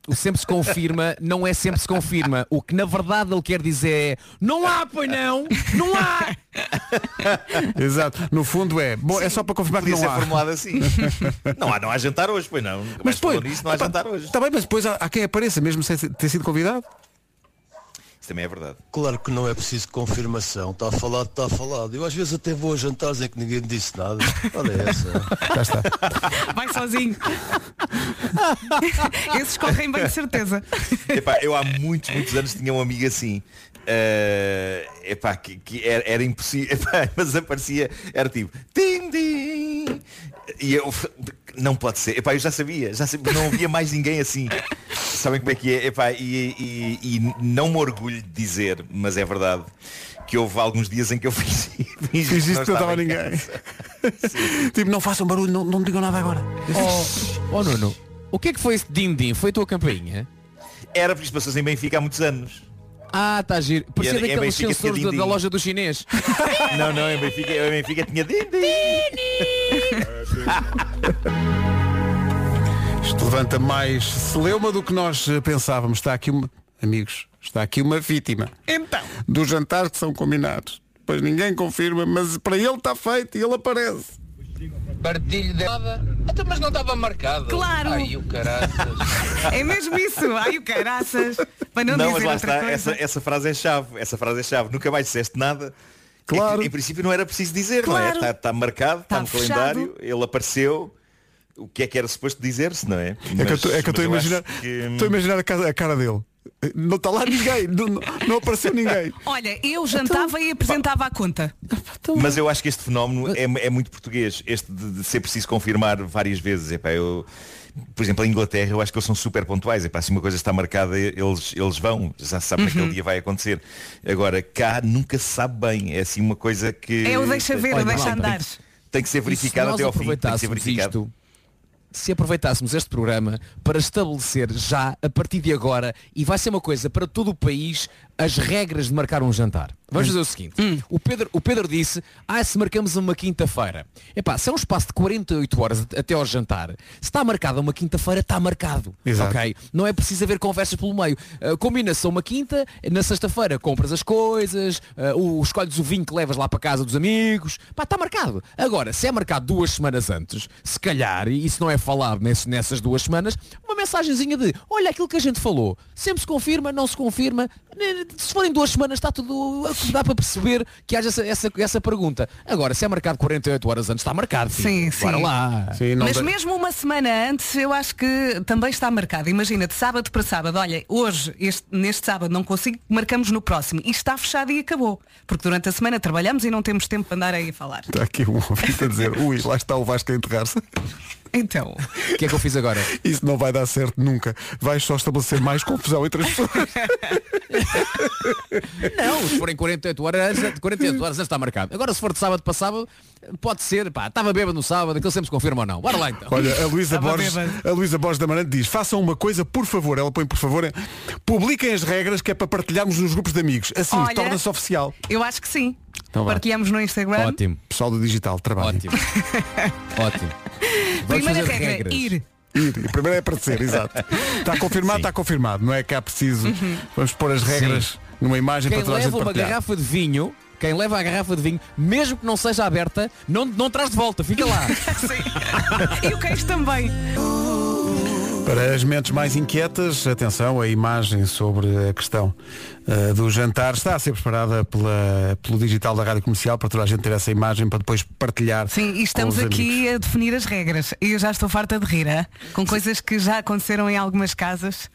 Speaker 5: O sempre se confirma Não é sempre se confirma O que na verdade ele quer dizer é Não há, pois não Não há
Speaker 1: Exato. No fundo é. Bom, é só para confirmar que
Speaker 7: Podia
Speaker 1: não
Speaker 7: ser
Speaker 1: há.
Speaker 7: formulado assim. não há, não há jantar hoje, pois não. Nunca mais falou nisso, não há
Speaker 1: epá,
Speaker 7: jantar hoje.
Speaker 1: Tá bem, mas depois há, há quem apareça, mesmo sem ter sido convidado.
Speaker 7: Isso também é verdade.
Speaker 10: Claro que não é preciso confirmação. Está falado, está falado. Eu às vezes até vou a jantares em que ninguém me disse nada. Olha essa.
Speaker 1: Já está.
Speaker 3: Vai sozinho. Esses correm bem de certeza.
Speaker 7: Epá, eu há muitos, muitos anos tinha um amigo assim. eh, epá, que, que era, era impossível. Epá, mas aparecia, era tipo, tim, tim. E eu, não pode ser. Epá, eu já sabia, já sabia, não havia mais ninguém assim. Sabem como é que é? Epá, e, e- e não me orgulho de dizer, mas é verdade, que houve alguns dias em que eu fiz, fiz
Speaker 1: Fingiste que não estava
Speaker 7: em
Speaker 1: ninguém.
Speaker 7: casa.
Speaker 1: tipo, não façam barulho, não, não me digam nada agora.
Speaker 5: Oh, oh Nuno O que é que foi esse din-din? Foi a tua campainha?
Speaker 7: Era porque isso passou em Benfica há muitos anos.
Speaker 5: Ah, está giro. Parecia
Speaker 7: é
Speaker 5: daqueles
Speaker 7: Benfica,
Speaker 5: sensores da,
Speaker 7: din-din.
Speaker 5: da loja do chinês.
Speaker 7: Não, não, em Benfica, em Benfica tinha din,
Speaker 1: Isto levanta mais celeuma do que nós eh, pensávamos. Está aqui uma. Amigos, está aqui uma vítima. Então. Dos jantares que são combinados. Pois ninguém confirma, mas para ele está feito e ele aparece.
Speaker 10: Partilho dela. Até mas não estava marcado.
Speaker 3: Claro. Ai,
Speaker 10: o caralho.
Speaker 3: É mesmo isso. Ai, o caraças. Para não,
Speaker 7: Não,
Speaker 3: dizer
Speaker 7: mas lá
Speaker 3: outra
Speaker 7: está,
Speaker 3: coisa.
Speaker 7: essa, essa frase é chave, essa frase é chave. Nunca mais disseste nada.
Speaker 1: Claro.
Speaker 7: É que, em princípio não era preciso dizer, não é?
Speaker 3: Claro.
Speaker 7: Está marcado, está
Speaker 3: Tá
Speaker 7: no
Speaker 3: fechado.
Speaker 7: calendário, ele apareceu. o que é que era suposto dizer-se, não é?
Speaker 1: É que eu tô- é que eu estou a
Speaker 7: mas
Speaker 1: imaginar,
Speaker 7: acho que, hum,
Speaker 1: estou a imaginar a casa- a cara dele. Não está lá ninguém, não, não apareceu ninguém.
Speaker 3: Olha, eu jantava e apresentava a conta.
Speaker 7: Mas eu acho que este fenómeno é, é muito português. Este de, de ser preciso confirmar várias vezes. Epá, eu, por exemplo, a Inglaterra, eu acho que eles são super pontuais. Epá, se uma coisa está marcada, eles, eles vão. Já se sabe que
Speaker 3: Uhum.
Speaker 7: aquele dia vai acontecer. Agora, cá nunca se sabe bem. É assim uma coisa que...
Speaker 3: É o deixa ver,
Speaker 7: Olha,
Speaker 3: o deixa
Speaker 7: tem que-
Speaker 3: andar.
Speaker 7: Tem que ser verificado
Speaker 5: E se nós
Speaker 7: até ao fim. Tem que ser
Speaker 5: aproveitássemos
Speaker 7: verificado.
Speaker 5: isto, se aproveitássemos este programa para estabelecer já, a partir de agora, e vai ser uma coisa para todo o país, as regras de marcar um jantar. Vamos
Speaker 7: Hum.
Speaker 5: fazer o seguinte. O, Pedro, o Pedro disse, ah, se marcamos uma quinta-feira. Epá, se é um espaço de 48 horas at- até ao jantar, se está marcada uma quinta-feira, está marcado.
Speaker 1: Exato.
Speaker 5: ok? Não é preciso haver conversas pelo meio. Uh, Combina-se uma quinta, na sexta-feira compras as coisas, uh, o, escolhes o vinho que levas lá para casa dos amigos. Pá, está marcado. Agora, se é marcado duas semanas antes, se calhar, e isso não é falado nesse- nessas duas semanas, uma mensagenzinha de, olha aquilo que a gente falou, sempre se confirma, não se confirma, N- se forem duas semanas está tudo, dá para perceber que haja essa, essa, essa pergunta. Agora, se é marcado 48 horas antes, está marcado. Sim, sim. Bora lá.
Speaker 3: Mas mesmo uma semana antes, eu acho que também está marcado. Imagina, de sábado para sábado, olha, hoje, este- neste sábado não consigo, marcamos no próximo. E está fechado e acabou. Porque durante a semana trabalhamos e não temos tempo para andar aí a falar.
Speaker 1: Está aqui um ouvinte a dizer, ui, lá está o Vasco a enterrar-se.
Speaker 3: Então.
Speaker 5: O que é que eu fiz agora?
Speaker 1: Isso não vai dar certo nunca. Vais só estabelecer mais confusão entre as pessoas.
Speaker 5: Não, se forem 48 horas, 48 horas está marcado. Agora se for de sábado para sábado, pode ser, pá, estava bêbado no sábado, aquilo sempre se confirma ou não. Bora lá então.
Speaker 1: Olha, a Luísa
Speaker 5: Estava
Speaker 1: Borges,
Speaker 5: bêbado.
Speaker 1: a Luísa Borges da Marante diz, façam uma coisa, por favor, ela põe por favor, é, publiquem as regras que é para partilharmos nos grupos de amigos. Assim,
Speaker 3: Olha.
Speaker 1: torna-se oficial.
Speaker 3: Eu acho que sim.
Speaker 1: Então vá.
Speaker 3: Partilhamos no Instagram.
Speaker 1: Pessoal do digital, trabalho.
Speaker 5: Ótimo. Ótimo.
Speaker 3: Primeira regra, ir.
Speaker 1: Ir. E Primeiro é aparecer, exato. Está confirmado, está confirmado. Não é que há preciso.
Speaker 5: Uhum.
Speaker 1: Vamos pôr as regras numa imagem
Speaker 5: Quem
Speaker 1: para toda a gente
Speaker 5: leva uma
Speaker 1: partilhar.
Speaker 5: garrafa de vinho, quem leva a garrafa de vinho, mesmo que não seja aberta, não, não traz de volta, fica lá.
Speaker 3: e o queijo também.
Speaker 1: Para as mentes mais inquietas, atenção, a imagem sobre a questão eh, do jantar está a ser preparada pela, pelo digital da Rádio Comercial para toda a gente ter essa imagem para depois partilhar.
Speaker 3: Sim, e estamos
Speaker 1: com os
Speaker 3: aqui a definir as regras. E eu já estou farta de rir, hã? com coisas que já aconteceram em algumas casas.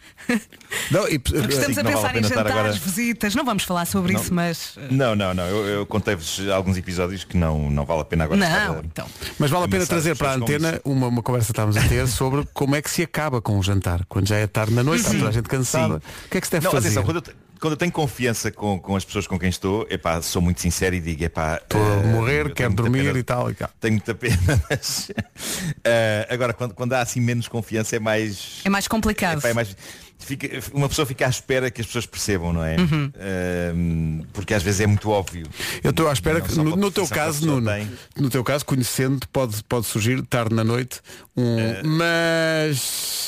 Speaker 1: Não, e, eh,
Speaker 3: Porque estamos a
Speaker 7: não vale
Speaker 3: pensar
Speaker 7: a
Speaker 3: em
Speaker 7: pena estar
Speaker 3: jantares,
Speaker 7: agora-
Speaker 3: visitas, não vamos falar sobre
Speaker 7: Não.
Speaker 3: isso, mas.
Speaker 7: Não, não, não. Eu, eu contei-vos alguns episódios que não, não vale a pena agora. estar
Speaker 3: Não,
Speaker 7: a-
Speaker 3: então.
Speaker 1: Mas vale a pena
Speaker 7: Começar
Speaker 1: trazer
Speaker 7: as
Speaker 1: para a
Speaker 7: pessoas com
Speaker 1: antena uma, uma conversa que estávamos a ter sobre como é que se acaba com o jantar. Quando já é tarde na noite, está
Speaker 3: Uhum.
Speaker 1: toda a gente cansada. O que é que se deve
Speaker 7: não,
Speaker 1: fazer?
Speaker 7: Atenção, quando eu, te- quando eu tenho confiança com, com as pessoas com quem estou, epá, sou muito sincero e digo, epá,
Speaker 1: Estou a
Speaker 7: eh,
Speaker 1: morrer,
Speaker 7: eu
Speaker 1: quero
Speaker 7: tenho muita
Speaker 1: dormir
Speaker 7: pena-
Speaker 1: e tal. E tal.
Speaker 7: Tenho muita pena. mas, eh, agora, quando, quando há assim menos confiança é mais.
Speaker 3: É mais complicado.
Speaker 7: epá, é mais- fica- uma pessoa fica à espera que as pessoas percebam, não é?
Speaker 3: Uhum.
Speaker 7: Eh, porque às vezes é muito óbvio.
Speaker 1: Eu estou à espera
Speaker 7: Não,
Speaker 1: que,
Speaker 7: só
Speaker 1: no,
Speaker 7: pode
Speaker 1: no teu
Speaker 7: pensar que a
Speaker 1: caso,
Speaker 7: pessoa
Speaker 1: Nuno,
Speaker 7: tem.
Speaker 1: no teu caso, conhecendo, pode, pode surgir tarde na noite um
Speaker 7: Eh.
Speaker 1: mas.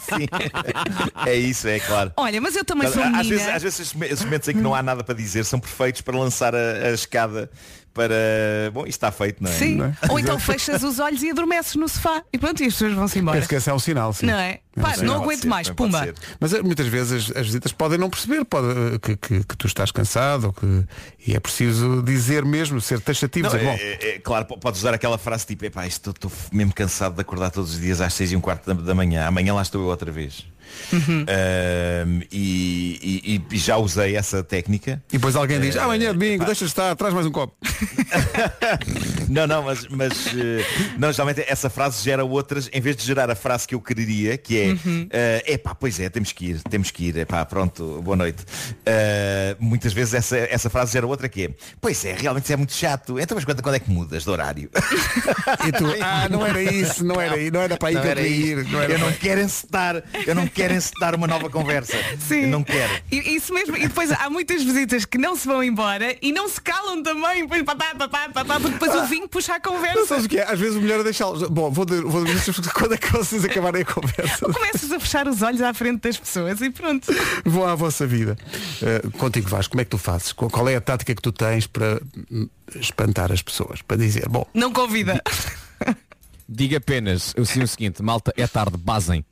Speaker 7: Sim. É isso, é claro.
Speaker 3: Olha, Oh, mas um eu também sou
Speaker 7: às,
Speaker 3: menina.
Speaker 7: vezes, às vezes esses me- esses momentos em que não há nada para dizer são perfeitos para lançar a, a escada para. Bom, isto está feito, não é?
Speaker 3: Sim. Ou então fechas os olhos e adormeces no sofá. E pronto, e as pessoas vão-se embora.
Speaker 1: Penso que esse é um sinal, sim.
Speaker 3: Não é?
Speaker 1: um
Speaker 3: Pá,
Speaker 1: sinal.
Speaker 3: não Pode aguento ser, mais, também pode pumba. ser.
Speaker 1: Mas eh, muitas vezes as, as visitas podem não perceber pode, eh, que, que- que tu estás cansado ou que, e é preciso dizer mesmo, ser taxativo.
Speaker 7: Não,
Speaker 1: dizer,
Speaker 7: é,
Speaker 1: bom,
Speaker 7: é- é claro, po- podes usar aquela frase tipo, epá, estou, estou mesmo cansado de acordar todos os dias às seis e um quarto da, da manhã, amanhã lá estou eu outra vez.
Speaker 3: Uhum.
Speaker 7: Ahm, e, e- e- e já usei essa técnica.
Speaker 1: E depois alguém diz,
Speaker 7: Eh,
Speaker 1: amanhã é domingo, deixa de estar, traz mais um copo.
Speaker 7: Não, não, mas, mas eh, não, geralmente essa frase gera outras, em vez de gerar a frase que eu quereria, que é
Speaker 12: Uhum.
Speaker 7: eh, epá, pois é, temos que ir, temos que ir, epá, pronto, boa noite. Eh, muitas vezes essa, essa frase gera outra que é, pois é, realmente isso é muito chato. Então mas quando, quando é que mudas de horário?
Speaker 1: E tu, ah, não era isso, não era aí, não era para aí
Speaker 7: Não
Speaker 1: que eu
Speaker 7: era
Speaker 1: queria
Speaker 7: isto.
Speaker 1: ir. Não é era
Speaker 7: eu
Speaker 1: para
Speaker 7: não
Speaker 1: aí.
Speaker 7: quero encetar, eu não quero encetar uma nova conversa. Eu não quero.
Speaker 3: E- Isso mesmo, e depois há muitas visitas que não se vão embora e não se calam também, depois papá, papá, papá, porque depois o vinho puxa a
Speaker 1: Não
Speaker 3: conversa.
Speaker 1: sabes o que é? Às vezes o melhor é deixá-los. Bom, vou, de- vou de- quando é que vocês acabarem a conversa?
Speaker 3: Começas a fechar os olhos à frente das pessoas e pronto.
Speaker 1: Vão à vossa vida. Eh, contigo Vasco, como é que tu fazes? Qual- Qual é a tática que tu tens para hum, espantar as pessoas? Para dizer, bom,
Speaker 3: Não convida.
Speaker 5: Diga apenas, eu sei o seguinte, malta, é tarde, basem.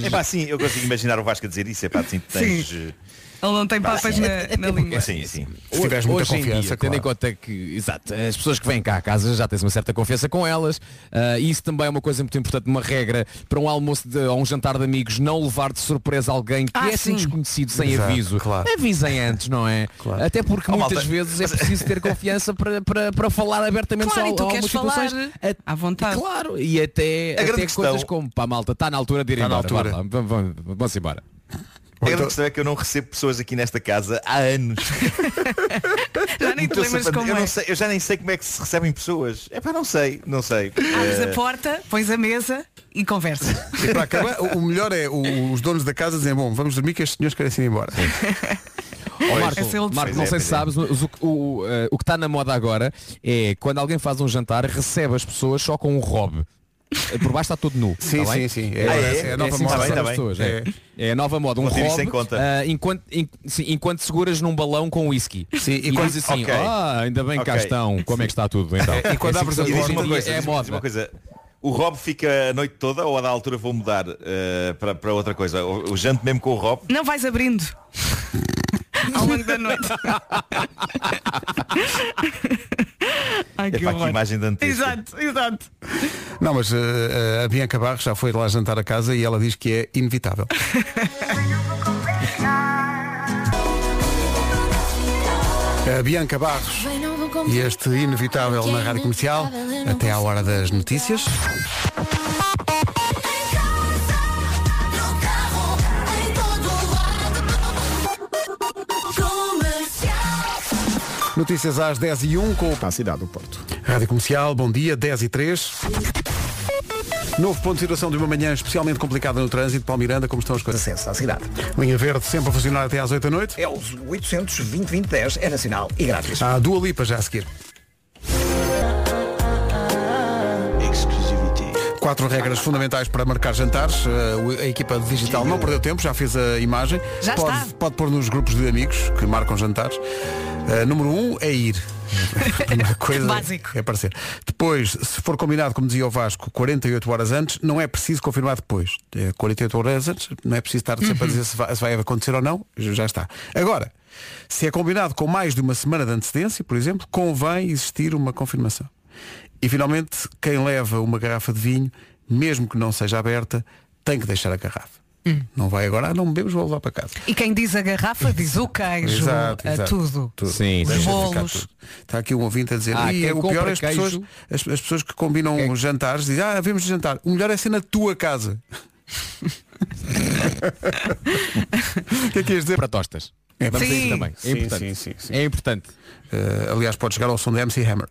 Speaker 7: Epá, sim, eu consigo imaginar o Vasco a dizer isso, epá, assim, tens, eh,
Speaker 3: Ele não tem papas na, na língua.
Speaker 7: Sim, sim.
Speaker 1: Se tiveres muita
Speaker 5: Hoje em
Speaker 1: confiança, claro.
Speaker 5: dia, Tendo em conta que, exato, as pessoas que vêm cá à casa já tens uma certa confiança com elas. ah, e isso também é uma coisa muito importante, uma regra para um almoço de, ou um jantar de amigos, não levar de surpresa alguém que
Speaker 12: Ah,
Speaker 5: é assim
Speaker 12: sim.
Speaker 5: desconhecido sem
Speaker 12: Exato,
Speaker 5: aviso. Avisem antes, não é? Até porque
Speaker 12: Oh,
Speaker 5: muitas
Speaker 12: malta.
Speaker 5: vezes é preciso ter confiança para, para, para falar abertamente
Speaker 3: Claro,
Speaker 5: só
Speaker 3: e tu
Speaker 5: a algumas
Speaker 3: queres falar
Speaker 5: situações.
Speaker 7: é
Speaker 5: A-
Speaker 3: à vontade.
Speaker 5: Claro, e até,
Speaker 7: A grande
Speaker 5: até
Speaker 7: questão-
Speaker 5: coisas como, pá, malta, está na altura de ir
Speaker 7: Tá na
Speaker 5: embora.
Speaker 7: altura.
Speaker 5: vá lá, Vamos, vamos, vamos embora.
Speaker 7: A grande questão é que eu não recebo pessoas aqui nesta casa há anos.
Speaker 3: já nem te lembras como
Speaker 7: então, eu,
Speaker 3: é.
Speaker 7: não sei, eu já nem sei como é que se recebem pessoas. É pá, não sei, não sei.
Speaker 3: Abres a
Speaker 7: Eh,
Speaker 3: porta, pões a mesa e conversas.
Speaker 1: E para acabar, o o melhor é o- os donos da casa dizem, bom, vamos dormir que estes senhores querem se ir embora.
Speaker 5: Ó,
Speaker 1: Pois.
Speaker 5: Marco,
Speaker 1: Esse é o-
Speaker 5: Marco,
Speaker 1: Pois
Speaker 5: não
Speaker 1: é,
Speaker 5: sei
Speaker 1: pois
Speaker 5: se sabes, mas o, o, eh, o que está na moda agora é quando alguém faz um jantar, recebe as pessoas só com um robe. Eh, Por baixo está todo nu.
Speaker 1: Sim,
Speaker 5: tá bem?
Speaker 1: sim, sim. É- é a nova
Speaker 5: assim que
Speaker 1: moda.
Speaker 5: se recebe
Speaker 1: Tá bem, tá
Speaker 5: as
Speaker 1: bem.
Speaker 5: pessoas, é.
Speaker 1: É.
Speaker 5: É a nova moda. Um
Speaker 1: Vou ter isso
Speaker 5: robe
Speaker 1: em conta.
Speaker 5: ah, enquanto, en- sim, enquanto seguras num balão com whisky.
Speaker 1: Sim,
Speaker 5: e,
Speaker 1: e quando-
Speaker 5: diz assim,
Speaker 1: ok.
Speaker 5: ah, ainda bem que cá
Speaker 7: Ok.
Speaker 5: estão, como é que está tudo então?
Speaker 7: É, e quando
Speaker 5: É
Speaker 7: abres
Speaker 5: assim
Speaker 7: a
Speaker 5: que se diz
Speaker 7: porta,
Speaker 5: hoje em dia,
Speaker 7: diz
Speaker 5: é
Speaker 7: uma
Speaker 5: moda.
Speaker 7: coisa. O Rob fica a noite toda ou a da altura vou mudar eh, para, para outra coisa? O, o jante mesmo com o Rob?
Speaker 3: Não vais abrindo. Ao longo da noite. Ai,
Speaker 7: É
Speaker 3: que
Speaker 7: para
Speaker 3: horror.
Speaker 7: aqui imagem dantesca.
Speaker 3: Exato, exato.
Speaker 1: Não, mas eh, eh, a Bianca Barros já foi lá jantar a casa e ela diz que é inevitável. A Bianca Barros e este inevitável na rádio comercial até à hora das notícias. Notícias às 10 e 1 com a cidade do Porto. Rádio Comercial, bom dia, 10 e 3. Novo ponto de situação de uma manhã especialmente complicada no trânsito. Paulo Miranda, como estão as coisas?
Speaker 2: Acesso à cidade.
Speaker 1: Linha Verde sempre a funcionar até às 8 da noite.
Speaker 2: É os 800 20 10 é nacional e grátis.
Speaker 1: Há a Dua Lipa já a seguir. Quatro regras fundamentais para marcar jantares. Uh, o- A equipa digital não perdeu tempo, já fez a imagem.
Speaker 3: Já
Speaker 1: pode,
Speaker 3: está.
Speaker 1: pode pôr nos grupos de amigos que marcam jantares. Uh, número um é ir. A primeira coisa
Speaker 3: Básico.
Speaker 1: É aparecer. Depois, se for combinado, como dizia o Vasco, 48 horas antes, não é preciso confirmar depois. É 48 horas antes, não é preciso estar sempre a dizer se vai, se vai acontecer ou não, já está. Agora, se é combinado com mais de uma semana de antecedência, por exemplo, convém existir uma confirmação. E finalmente, quem leva uma garrafa de vinho, mesmo que não seja aberta, tem que deixar a garrafa. Não vai agora, ah, não bebemos, vou levar para casa.
Speaker 3: E quem diz a garrafa diz o queijo,
Speaker 1: Exato,
Speaker 3: a
Speaker 1: exato.
Speaker 3: tudo.
Speaker 5: Sim,
Speaker 3: Os
Speaker 1: Deixa ficar
Speaker 3: bolos.
Speaker 1: tudo. Está aqui um ouvinte a dizer,
Speaker 5: Ah,
Speaker 1: "Ih,
Speaker 5: quem
Speaker 1: é o pior
Speaker 5: compra
Speaker 1: é as pessoas,
Speaker 5: queijo-
Speaker 1: as, as pessoas que combinam os jantares dizem, ah, vemos jantar. O melhor é ser na tua casa. O que é que ias dizer? Para
Speaker 5: tostas.
Speaker 1: É
Speaker 5: Vamos a isso também. É importante. É importante.
Speaker 1: Eh, aliás, pode chegar ao som da MC Hammer.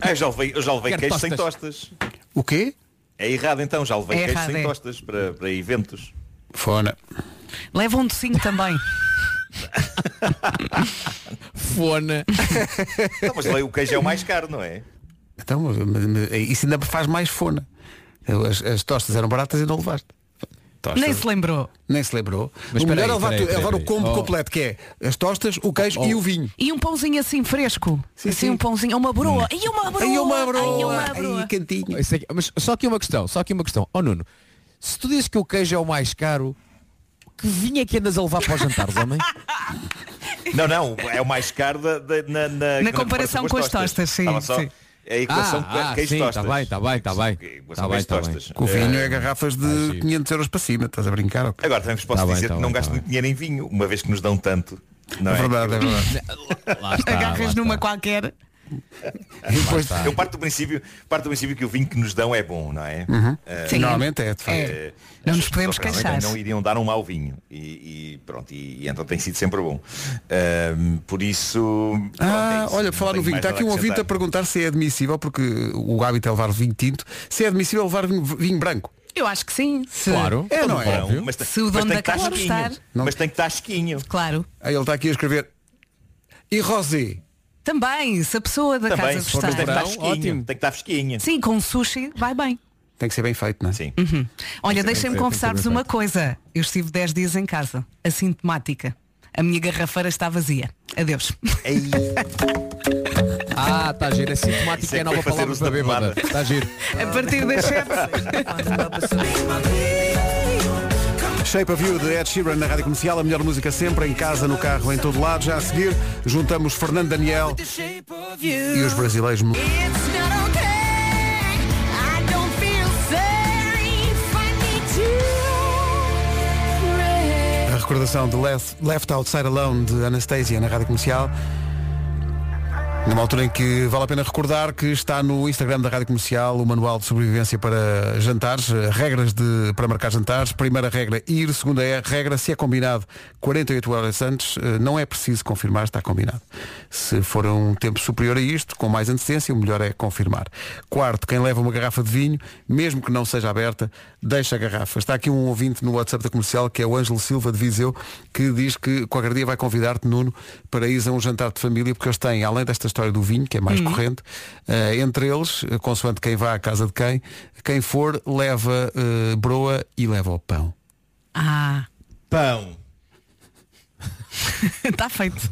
Speaker 7: Ah, eu já levei, eu já levei
Speaker 1: Quero
Speaker 7: queijo sem tostas.
Speaker 1: O quê?
Speaker 7: É errado então, já levei
Speaker 3: É
Speaker 7: queijo
Speaker 3: errado,
Speaker 7: sem
Speaker 3: é.
Speaker 7: tostas para, para eventos.
Speaker 1: Fona.
Speaker 3: Leva um docinho também.
Speaker 5: Fona.
Speaker 7: Então, mas levei- o queijo é o mais caro, não é?
Speaker 1: Então, mas- mas- mas isso ainda faz mais fona. As, as tostas eram baratas e não levaste. Tostas.
Speaker 3: Nem se lembrou.
Speaker 1: Nem se lembrou.
Speaker 5: Mas
Speaker 1: o melhor
Speaker 5: espera aí,
Speaker 1: é levar,
Speaker 5: espera aí,
Speaker 1: tu- é
Speaker 5: espera
Speaker 1: levar
Speaker 5: aí.
Speaker 1: o combo
Speaker 5: Oh.
Speaker 1: completo, que é as tostas, o queijo e o vinho.
Speaker 3: E um pãozinho assim fresco. assim um pãozinho. Uma broa. E uma broa.
Speaker 1: Ai, é uma broa.
Speaker 3: Ai, uma broa.
Speaker 1: cantinho.
Speaker 5: mas só aqui uma questão, só aqui uma questão. Ó Nuno, se tu dizes que o queijo é o mais caro, que vinho é que andas a levar para os jantares, homem?
Speaker 7: Não, não, é o mais caro da, da- na, na,
Speaker 3: Na comparação com as tostas, sim,
Speaker 7: Estava só-
Speaker 3: sim.
Speaker 7: É a equação
Speaker 5: Ah, ah,
Speaker 7: que queijo
Speaker 5: sim,
Speaker 7: tostas.
Speaker 5: tá bem, tá bem, tá bem.
Speaker 7: Equação
Speaker 5: Tá bem,
Speaker 7: queijo
Speaker 5: tá bem.
Speaker 7: tostas.
Speaker 1: O vinho
Speaker 7: Eh,
Speaker 1: é garrafas de 500 euros para cima, estás a brincar? ou quê?
Speaker 7: Agora também vos posso
Speaker 1: Tá bem,
Speaker 7: dizer
Speaker 1: tá
Speaker 7: que
Speaker 1: bem,
Speaker 7: não
Speaker 1: tá
Speaker 7: gasto
Speaker 1: bem.
Speaker 7: muito dinheiro em vinho, uma vez que nos dão tanto. Não
Speaker 1: É
Speaker 7: é,
Speaker 1: verdade, é verdade.
Speaker 3: Agarras numa qualquer.
Speaker 7: Eu parto do, princípio, parto do princípio que o vinho que nos dão é bom, não é?
Speaker 1: Uhum.
Speaker 7: Eh,
Speaker 1: Sim. Normalmente é, de facto.
Speaker 7: eh,
Speaker 3: Não
Speaker 7: as
Speaker 3: nos podemos
Speaker 7: pessoas realmente
Speaker 3: queixar.
Speaker 7: Não iriam dar um mau vinho. E, e pronto, e, e então tem sido sempre bom. Ahm, por isso.
Speaker 1: Ah,
Speaker 7: pronto, é isso.
Speaker 1: olha,
Speaker 7: Não
Speaker 1: por falar no
Speaker 7: tenho
Speaker 1: vinho,
Speaker 7: mais nada
Speaker 1: está aqui um ouvinte a
Speaker 7: acrescentar.
Speaker 1: perguntar se é admissível, porque o hábito é levar vinho tinto, se é admissível levar vinho, vinho branco.
Speaker 3: Eu acho que sim. Se-
Speaker 1: É, não é?
Speaker 7: Não, mas,
Speaker 3: Se o
Speaker 7: mas
Speaker 3: dono
Speaker 7: tem
Speaker 3: da
Speaker 7: que estar
Speaker 3: casa
Speaker 7: chiquinho.
Speaker 3: gostar.
Speaker 7: Mas tem que estar chiquinho.
Speaker 3: Claro.
Speaker 1: Aí ele está aqui a escrever. E Rosé?
Speaker 3: Também, se a pessoa da
Speaker 7: Também,
Speaker 3: casa
Speaker 7: se for no
Speaker 3: gostar.
Speaker 7: verão, ótimo. Tem que estar fresquinho.
Speaker 3: Sim, com um sushi vai bem.
Speaker 1: Tem que ser bem feito, não é?
Speaker 7: Sim.
Speaker 3: Olha,
Speaker 1: Sim, tem que
Speaker 3: deixem-me
Speaker 1: ser,
Speaker 3: confessar-vos
Speaker 1: tem que ser bem
Speaker 3: uma coisa. Eu estive 10 dias em casa, assintomática. A minha garrafeira está vazia. Adeus.
Speaker 5: Ah, está giro, é
Speaker 3: Isso
Speaker 5: sintomático,
Speaker 3: é
Speaker 5: é,
Speaker 3: que
Speaker 5: a nova
Speaker 3: foi fazer
Speaker 5: palavra
Speaker 3: uso
Speaker 5: para Tá
Speaker 3: da
Speaker 5: bêbada.
Speaker 3: pomada.
Speaker 5: Está giro.
Speaker 3: A partir das 7.
Speaker 1: Shape of You de Ed Sheeran na rádio comercial, a melhor música sempre, em casa, no carro, em todo lado. Já a seguir, juntamos Fernando Daniel e os brasileiros. mu- A recordação de Left, Left Outside Alone de Anastasia na rádio comercial. Numa altura em que vale a pena recordar que está no Instagram da Rádio Comercial o manual de sobrevivência para jantares, eh, regras de, para marcar jantares. Primeira regra, ir. Segunda é regra, se é combinado 48 horas antes, eh, não é preciso confirmar, está combinado. Se for um tempo superior a isto, com mais antecedência, o melhor é confirmar. Quarto, quem leva uma garrafa de vinho, mesmo que não seja aberta, deixa a garrafa. Está aqui um ouvinte no WhatsApp da Comercial, que é o Ângelo Silva de Viseu, que diz que qualquer dia vai convidar-te, Nuno, para ires a um jantar de família, porque eles têm, além desta história do vinho, que é mais
Speaker 12: Uhum.
Speaker 1: corrente, eh, entre eles, eh, consoante quem vá à casa de quem, quem for, leva eh, broa e leva o pão.
Speaker 3: Ah,
Speaker 7: Pão.
Speaker 3: está feito.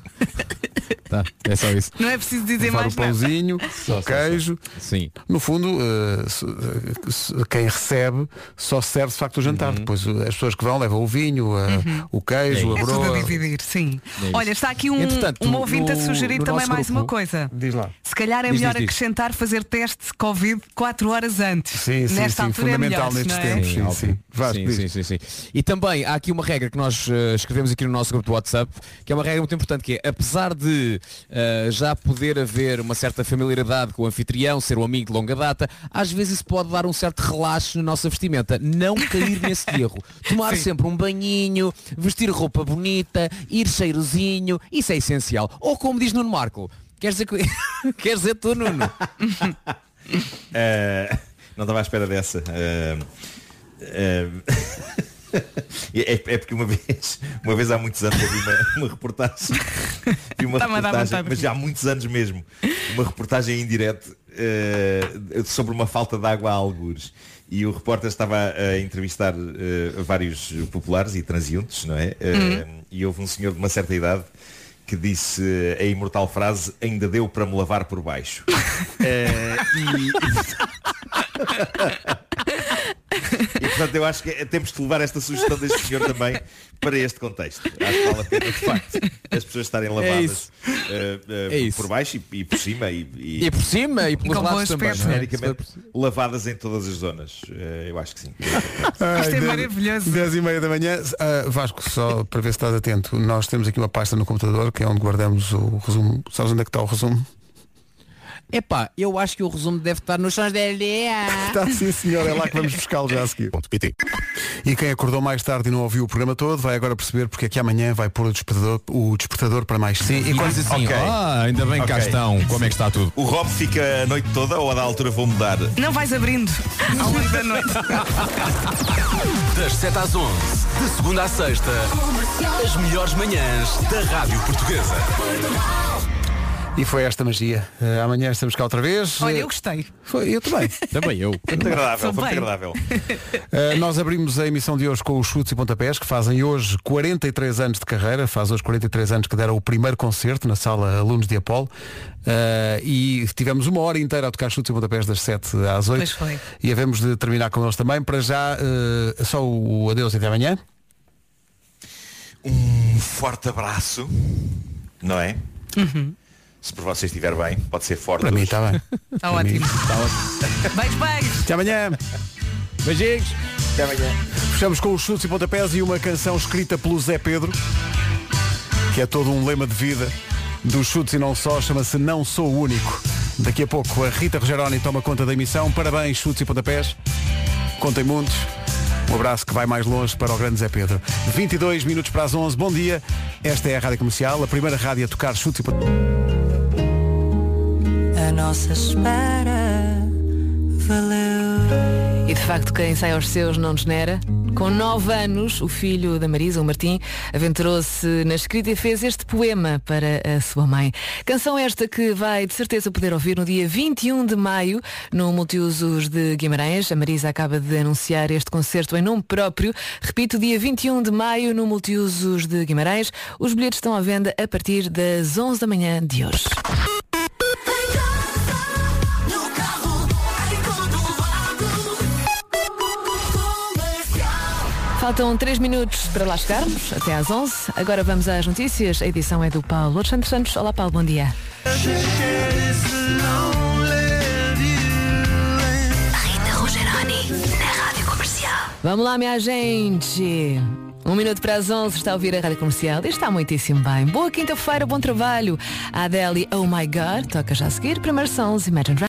Speaker 5: Tá, é só isso.
Speaker 3: Não é preciso dizer
Speaker 1: Levar o
Speaker 3: mais nada.
Speaker 1: pãozinho,
Speaker 5: Só,
Speaker 1: o
Speaker 5: só,
Speaker 1: queijo.
Speaker 5: Sim.
Speaker 1: No fundo, eh, se- eh, se- quem recebe só serve de facto o jantar. Depois eh, as pessoas que vão levam o vinho, eh,
Speaker 3: Uhum.
Speaker 1: o queijo,
Speaker 3: É
Speaker 1: a
Speaker 3: tudo a
Speaker 1: broa.
Speaker 3: dividir, sim.
Speaker 1: É isso.
Speaker 3: Olha, está aqui um,
Speaker 1: Entretanto,
Speaker 3: um ouvinte a
Speaker 1: no-
Speaker 3: sugerir
Speaker 1: no
Speaker 3: também
Speaker 1: nosso
Speaker 3: mais
Speaker 1: grupo-
Speaker 3: uma coisa.
Speaker 1: Diz lá.
Speaker 3: Se calhar é
Speaker 1: Diz,
Speaker 3: melhor
Speaker 1: diz, diz.
Speaker 3: acrescentar fazer teste de Covid 4 horas antes.
Speaker 5: Sim, sim,
Speaker 3: Nesta
Speaker 5: sim,
Speaker 3: altura é melhor, não
Speaker 5: fundamental nestes
Speaker 3: é?
Speaker 5: tempos. Sim, sim. Sim, sim, sim, sim. E também há aqui uma regra que nós eh, escrevemos aqui no nosso grupo do WhatsApp, que é uma regra muito importante, que é, apesar de eh, já poder haver uma certa familiaridade com o anfitrião, ser um amigo de longa data, às vezes isso pode dar um certo relaxo na nossa vestimenta. Não cair nesse erro. Tomar sempre um banhinho, vestir roupa bonita, ir cheirosinho, isso é essencial. Ou como diz Nuno Marco, quer dizer que... quer dizer tu, Nuno?
Speaker 7: Ah, não estava à espera dessa. Ah, ah, é, é porque uma vez, uma vez há muitos anos eu vi uma, uma reportagem, vi uma
Speaker 12: Tá-me a dar
Speaker 7: reportagem
Speaker 12: vontade.
Speaker 7: mas já há muitos anos mesmo, uma reportagem em direto ah, sobre uma falta de água a algures. E o repórter estava a, a entrevistar ah, vários populares e transeuntes, não é? Ah,
Speaker 12: Uhum.
Speaker 7: E houve um senhor de uma certa idade que disse ah, a imortal frase ainda deu para me lavar por baixo. Ah, E portanto eu acho que é, temos de levar esta sugestão deste senhor também para este contexto. Acho que vale a pena de facto as pessoas estarem
Speaker 5: É
Speaker 7: lavadas
Speaker 5: isso.
Speaker 7: eh, eh,
Speaker 5: É isso.
Speaker 7: por baixo e, e por cima e,
Speaker 5: E por cima e pelos Com lados bom também, aspecto. não é?
Speaker 7: Genericamente, lavadas em todas as zonas. Eh, eu acho que sim.
Speaker 1: Ai,
Speaker 3: Isto é
Speaker 1: dez-
Speaker 3: maravilhoso.
Speaker 1: Dez e meia da manhã. Ah, Vasco, só para ver se estás atento, nós temos aqui uma pasta no computador que é onde guardamos o resumo. Sabes onde é que está o resumo?
Speaker 5: Epá, eu acho que o resumo deve estar nos sons da
Speaker 3: Ah.
Speaker 5: LDA.
Speaker 1: Está sim, senhor, é lá que vamos buscá-lo já a seguir. E quem acordou mais tarde e não ouviu o programa todo vai agora perceber porque é que amanhã vai pôr o despertador, o despertador para mais cedo.
Speaker 7: E diz assim, "Ah, ainda bem que cá estão. Como é que
Speaker 1: está tudo?
Speaker 7: O Rob fica a noite toda ou a da altura vou mudar?
Speaker 3: Não vais abrindo ao longo da noite.
Speaker 8: Das 7 às 11, de segunda à sexta, as melhores manhãs da Rádio Portuguesa.
Speaker 1: E foi esta magia. Ah, amanhã estamos cá outra vez.
Speaker 3: Olha, eu gostei.
Speaker 1: Foi, eu também.
Speaker 5: também eu.
Speaker 7: Muito agradável,
Speaker 1: Sou
Speaker 7: foi muito
Speaker 1: bem.
Speaker 7: agradável.
Speaker 1: Uh, nós abrimos a emissão de hoje com os chutes e pontapés, que fazem hoje 43 anos de carreira, faz hoje 43 anos que deram o primeiro concerto na sala Alunos de Apolo. Uh, e tivemos uma hora inteira a tocar chutes e pontapés das 7 às 8.
Speaker 3: Pois foi.
Speaker 1: E havemos de terminar com eles também. Para já, uh, só o adeus e até amanhã.
Speaker 7: Um forte abraço, não é? Se por vocês estiver bem, pode ser forte. Para mim está
Speaker 1: tá bem.
Speaker 3: Está Tá ótimo.
Speaker 1: tá
Speaker 3: Beijo, beijo.
Speaker 1: Até amanhã.
Speaker 5: Beijinhos.
Speaker 7: Até amanhã.
Speaker 1: Fechamos com os chutes e pontapés e uma canção escrita pelo Zé Pedro, que é todo um lema de vida dos chutes e não só, chama-se Não Sou o Único. Daqui a pouco a Rita Rogeroni toma conta da emissão. Parabéns, chutes e pontapés. Contem muitos. Um abraço que vai mais longe para o grande Zé Pedro. 22 minutos para as 11. Bom dia. Esta é a Rádio Comercial, a primeira rádio a tocar chutes e pontapés.
Speaker 13: A nossa espera valeu.
Speaker 11: E de facto quem sai aos seus não desnera. Com nove anos, o filho da Marisa, o Martim, aventurou-se na escrita e fez este poema para a sua mãe. Canção esta que vai de certeza poder ouvir no dia 21 de maio no Multiusos de Guimarães. A Marisa acaba de anunciar este concerto em nome próprio. Repito, dia 21 de maio no Multiusos de Guimarães. Os bilhetes estão à venda a partir das 11 da manhã de hoje.
Speaker 3: Faltam 3 minutos para lá chegarmos, até às 11. Agora vamos às notícias. A edição é do Paulo Lourdes Santos Santos. Olá, Paulo, bom dia.
Speaker 11: Rita Rogeroni, na Rádio Comercial.
Speaker 3: Vamos lá, minha gente. Um minuto para as 11, está a ouvir a Rádio Comercial e está muitíssimo bem. Boa quinta-feira, bom trabalho. A Adele, Oh My God, toca já a seguir. Primeiro são os Imagine Dragons.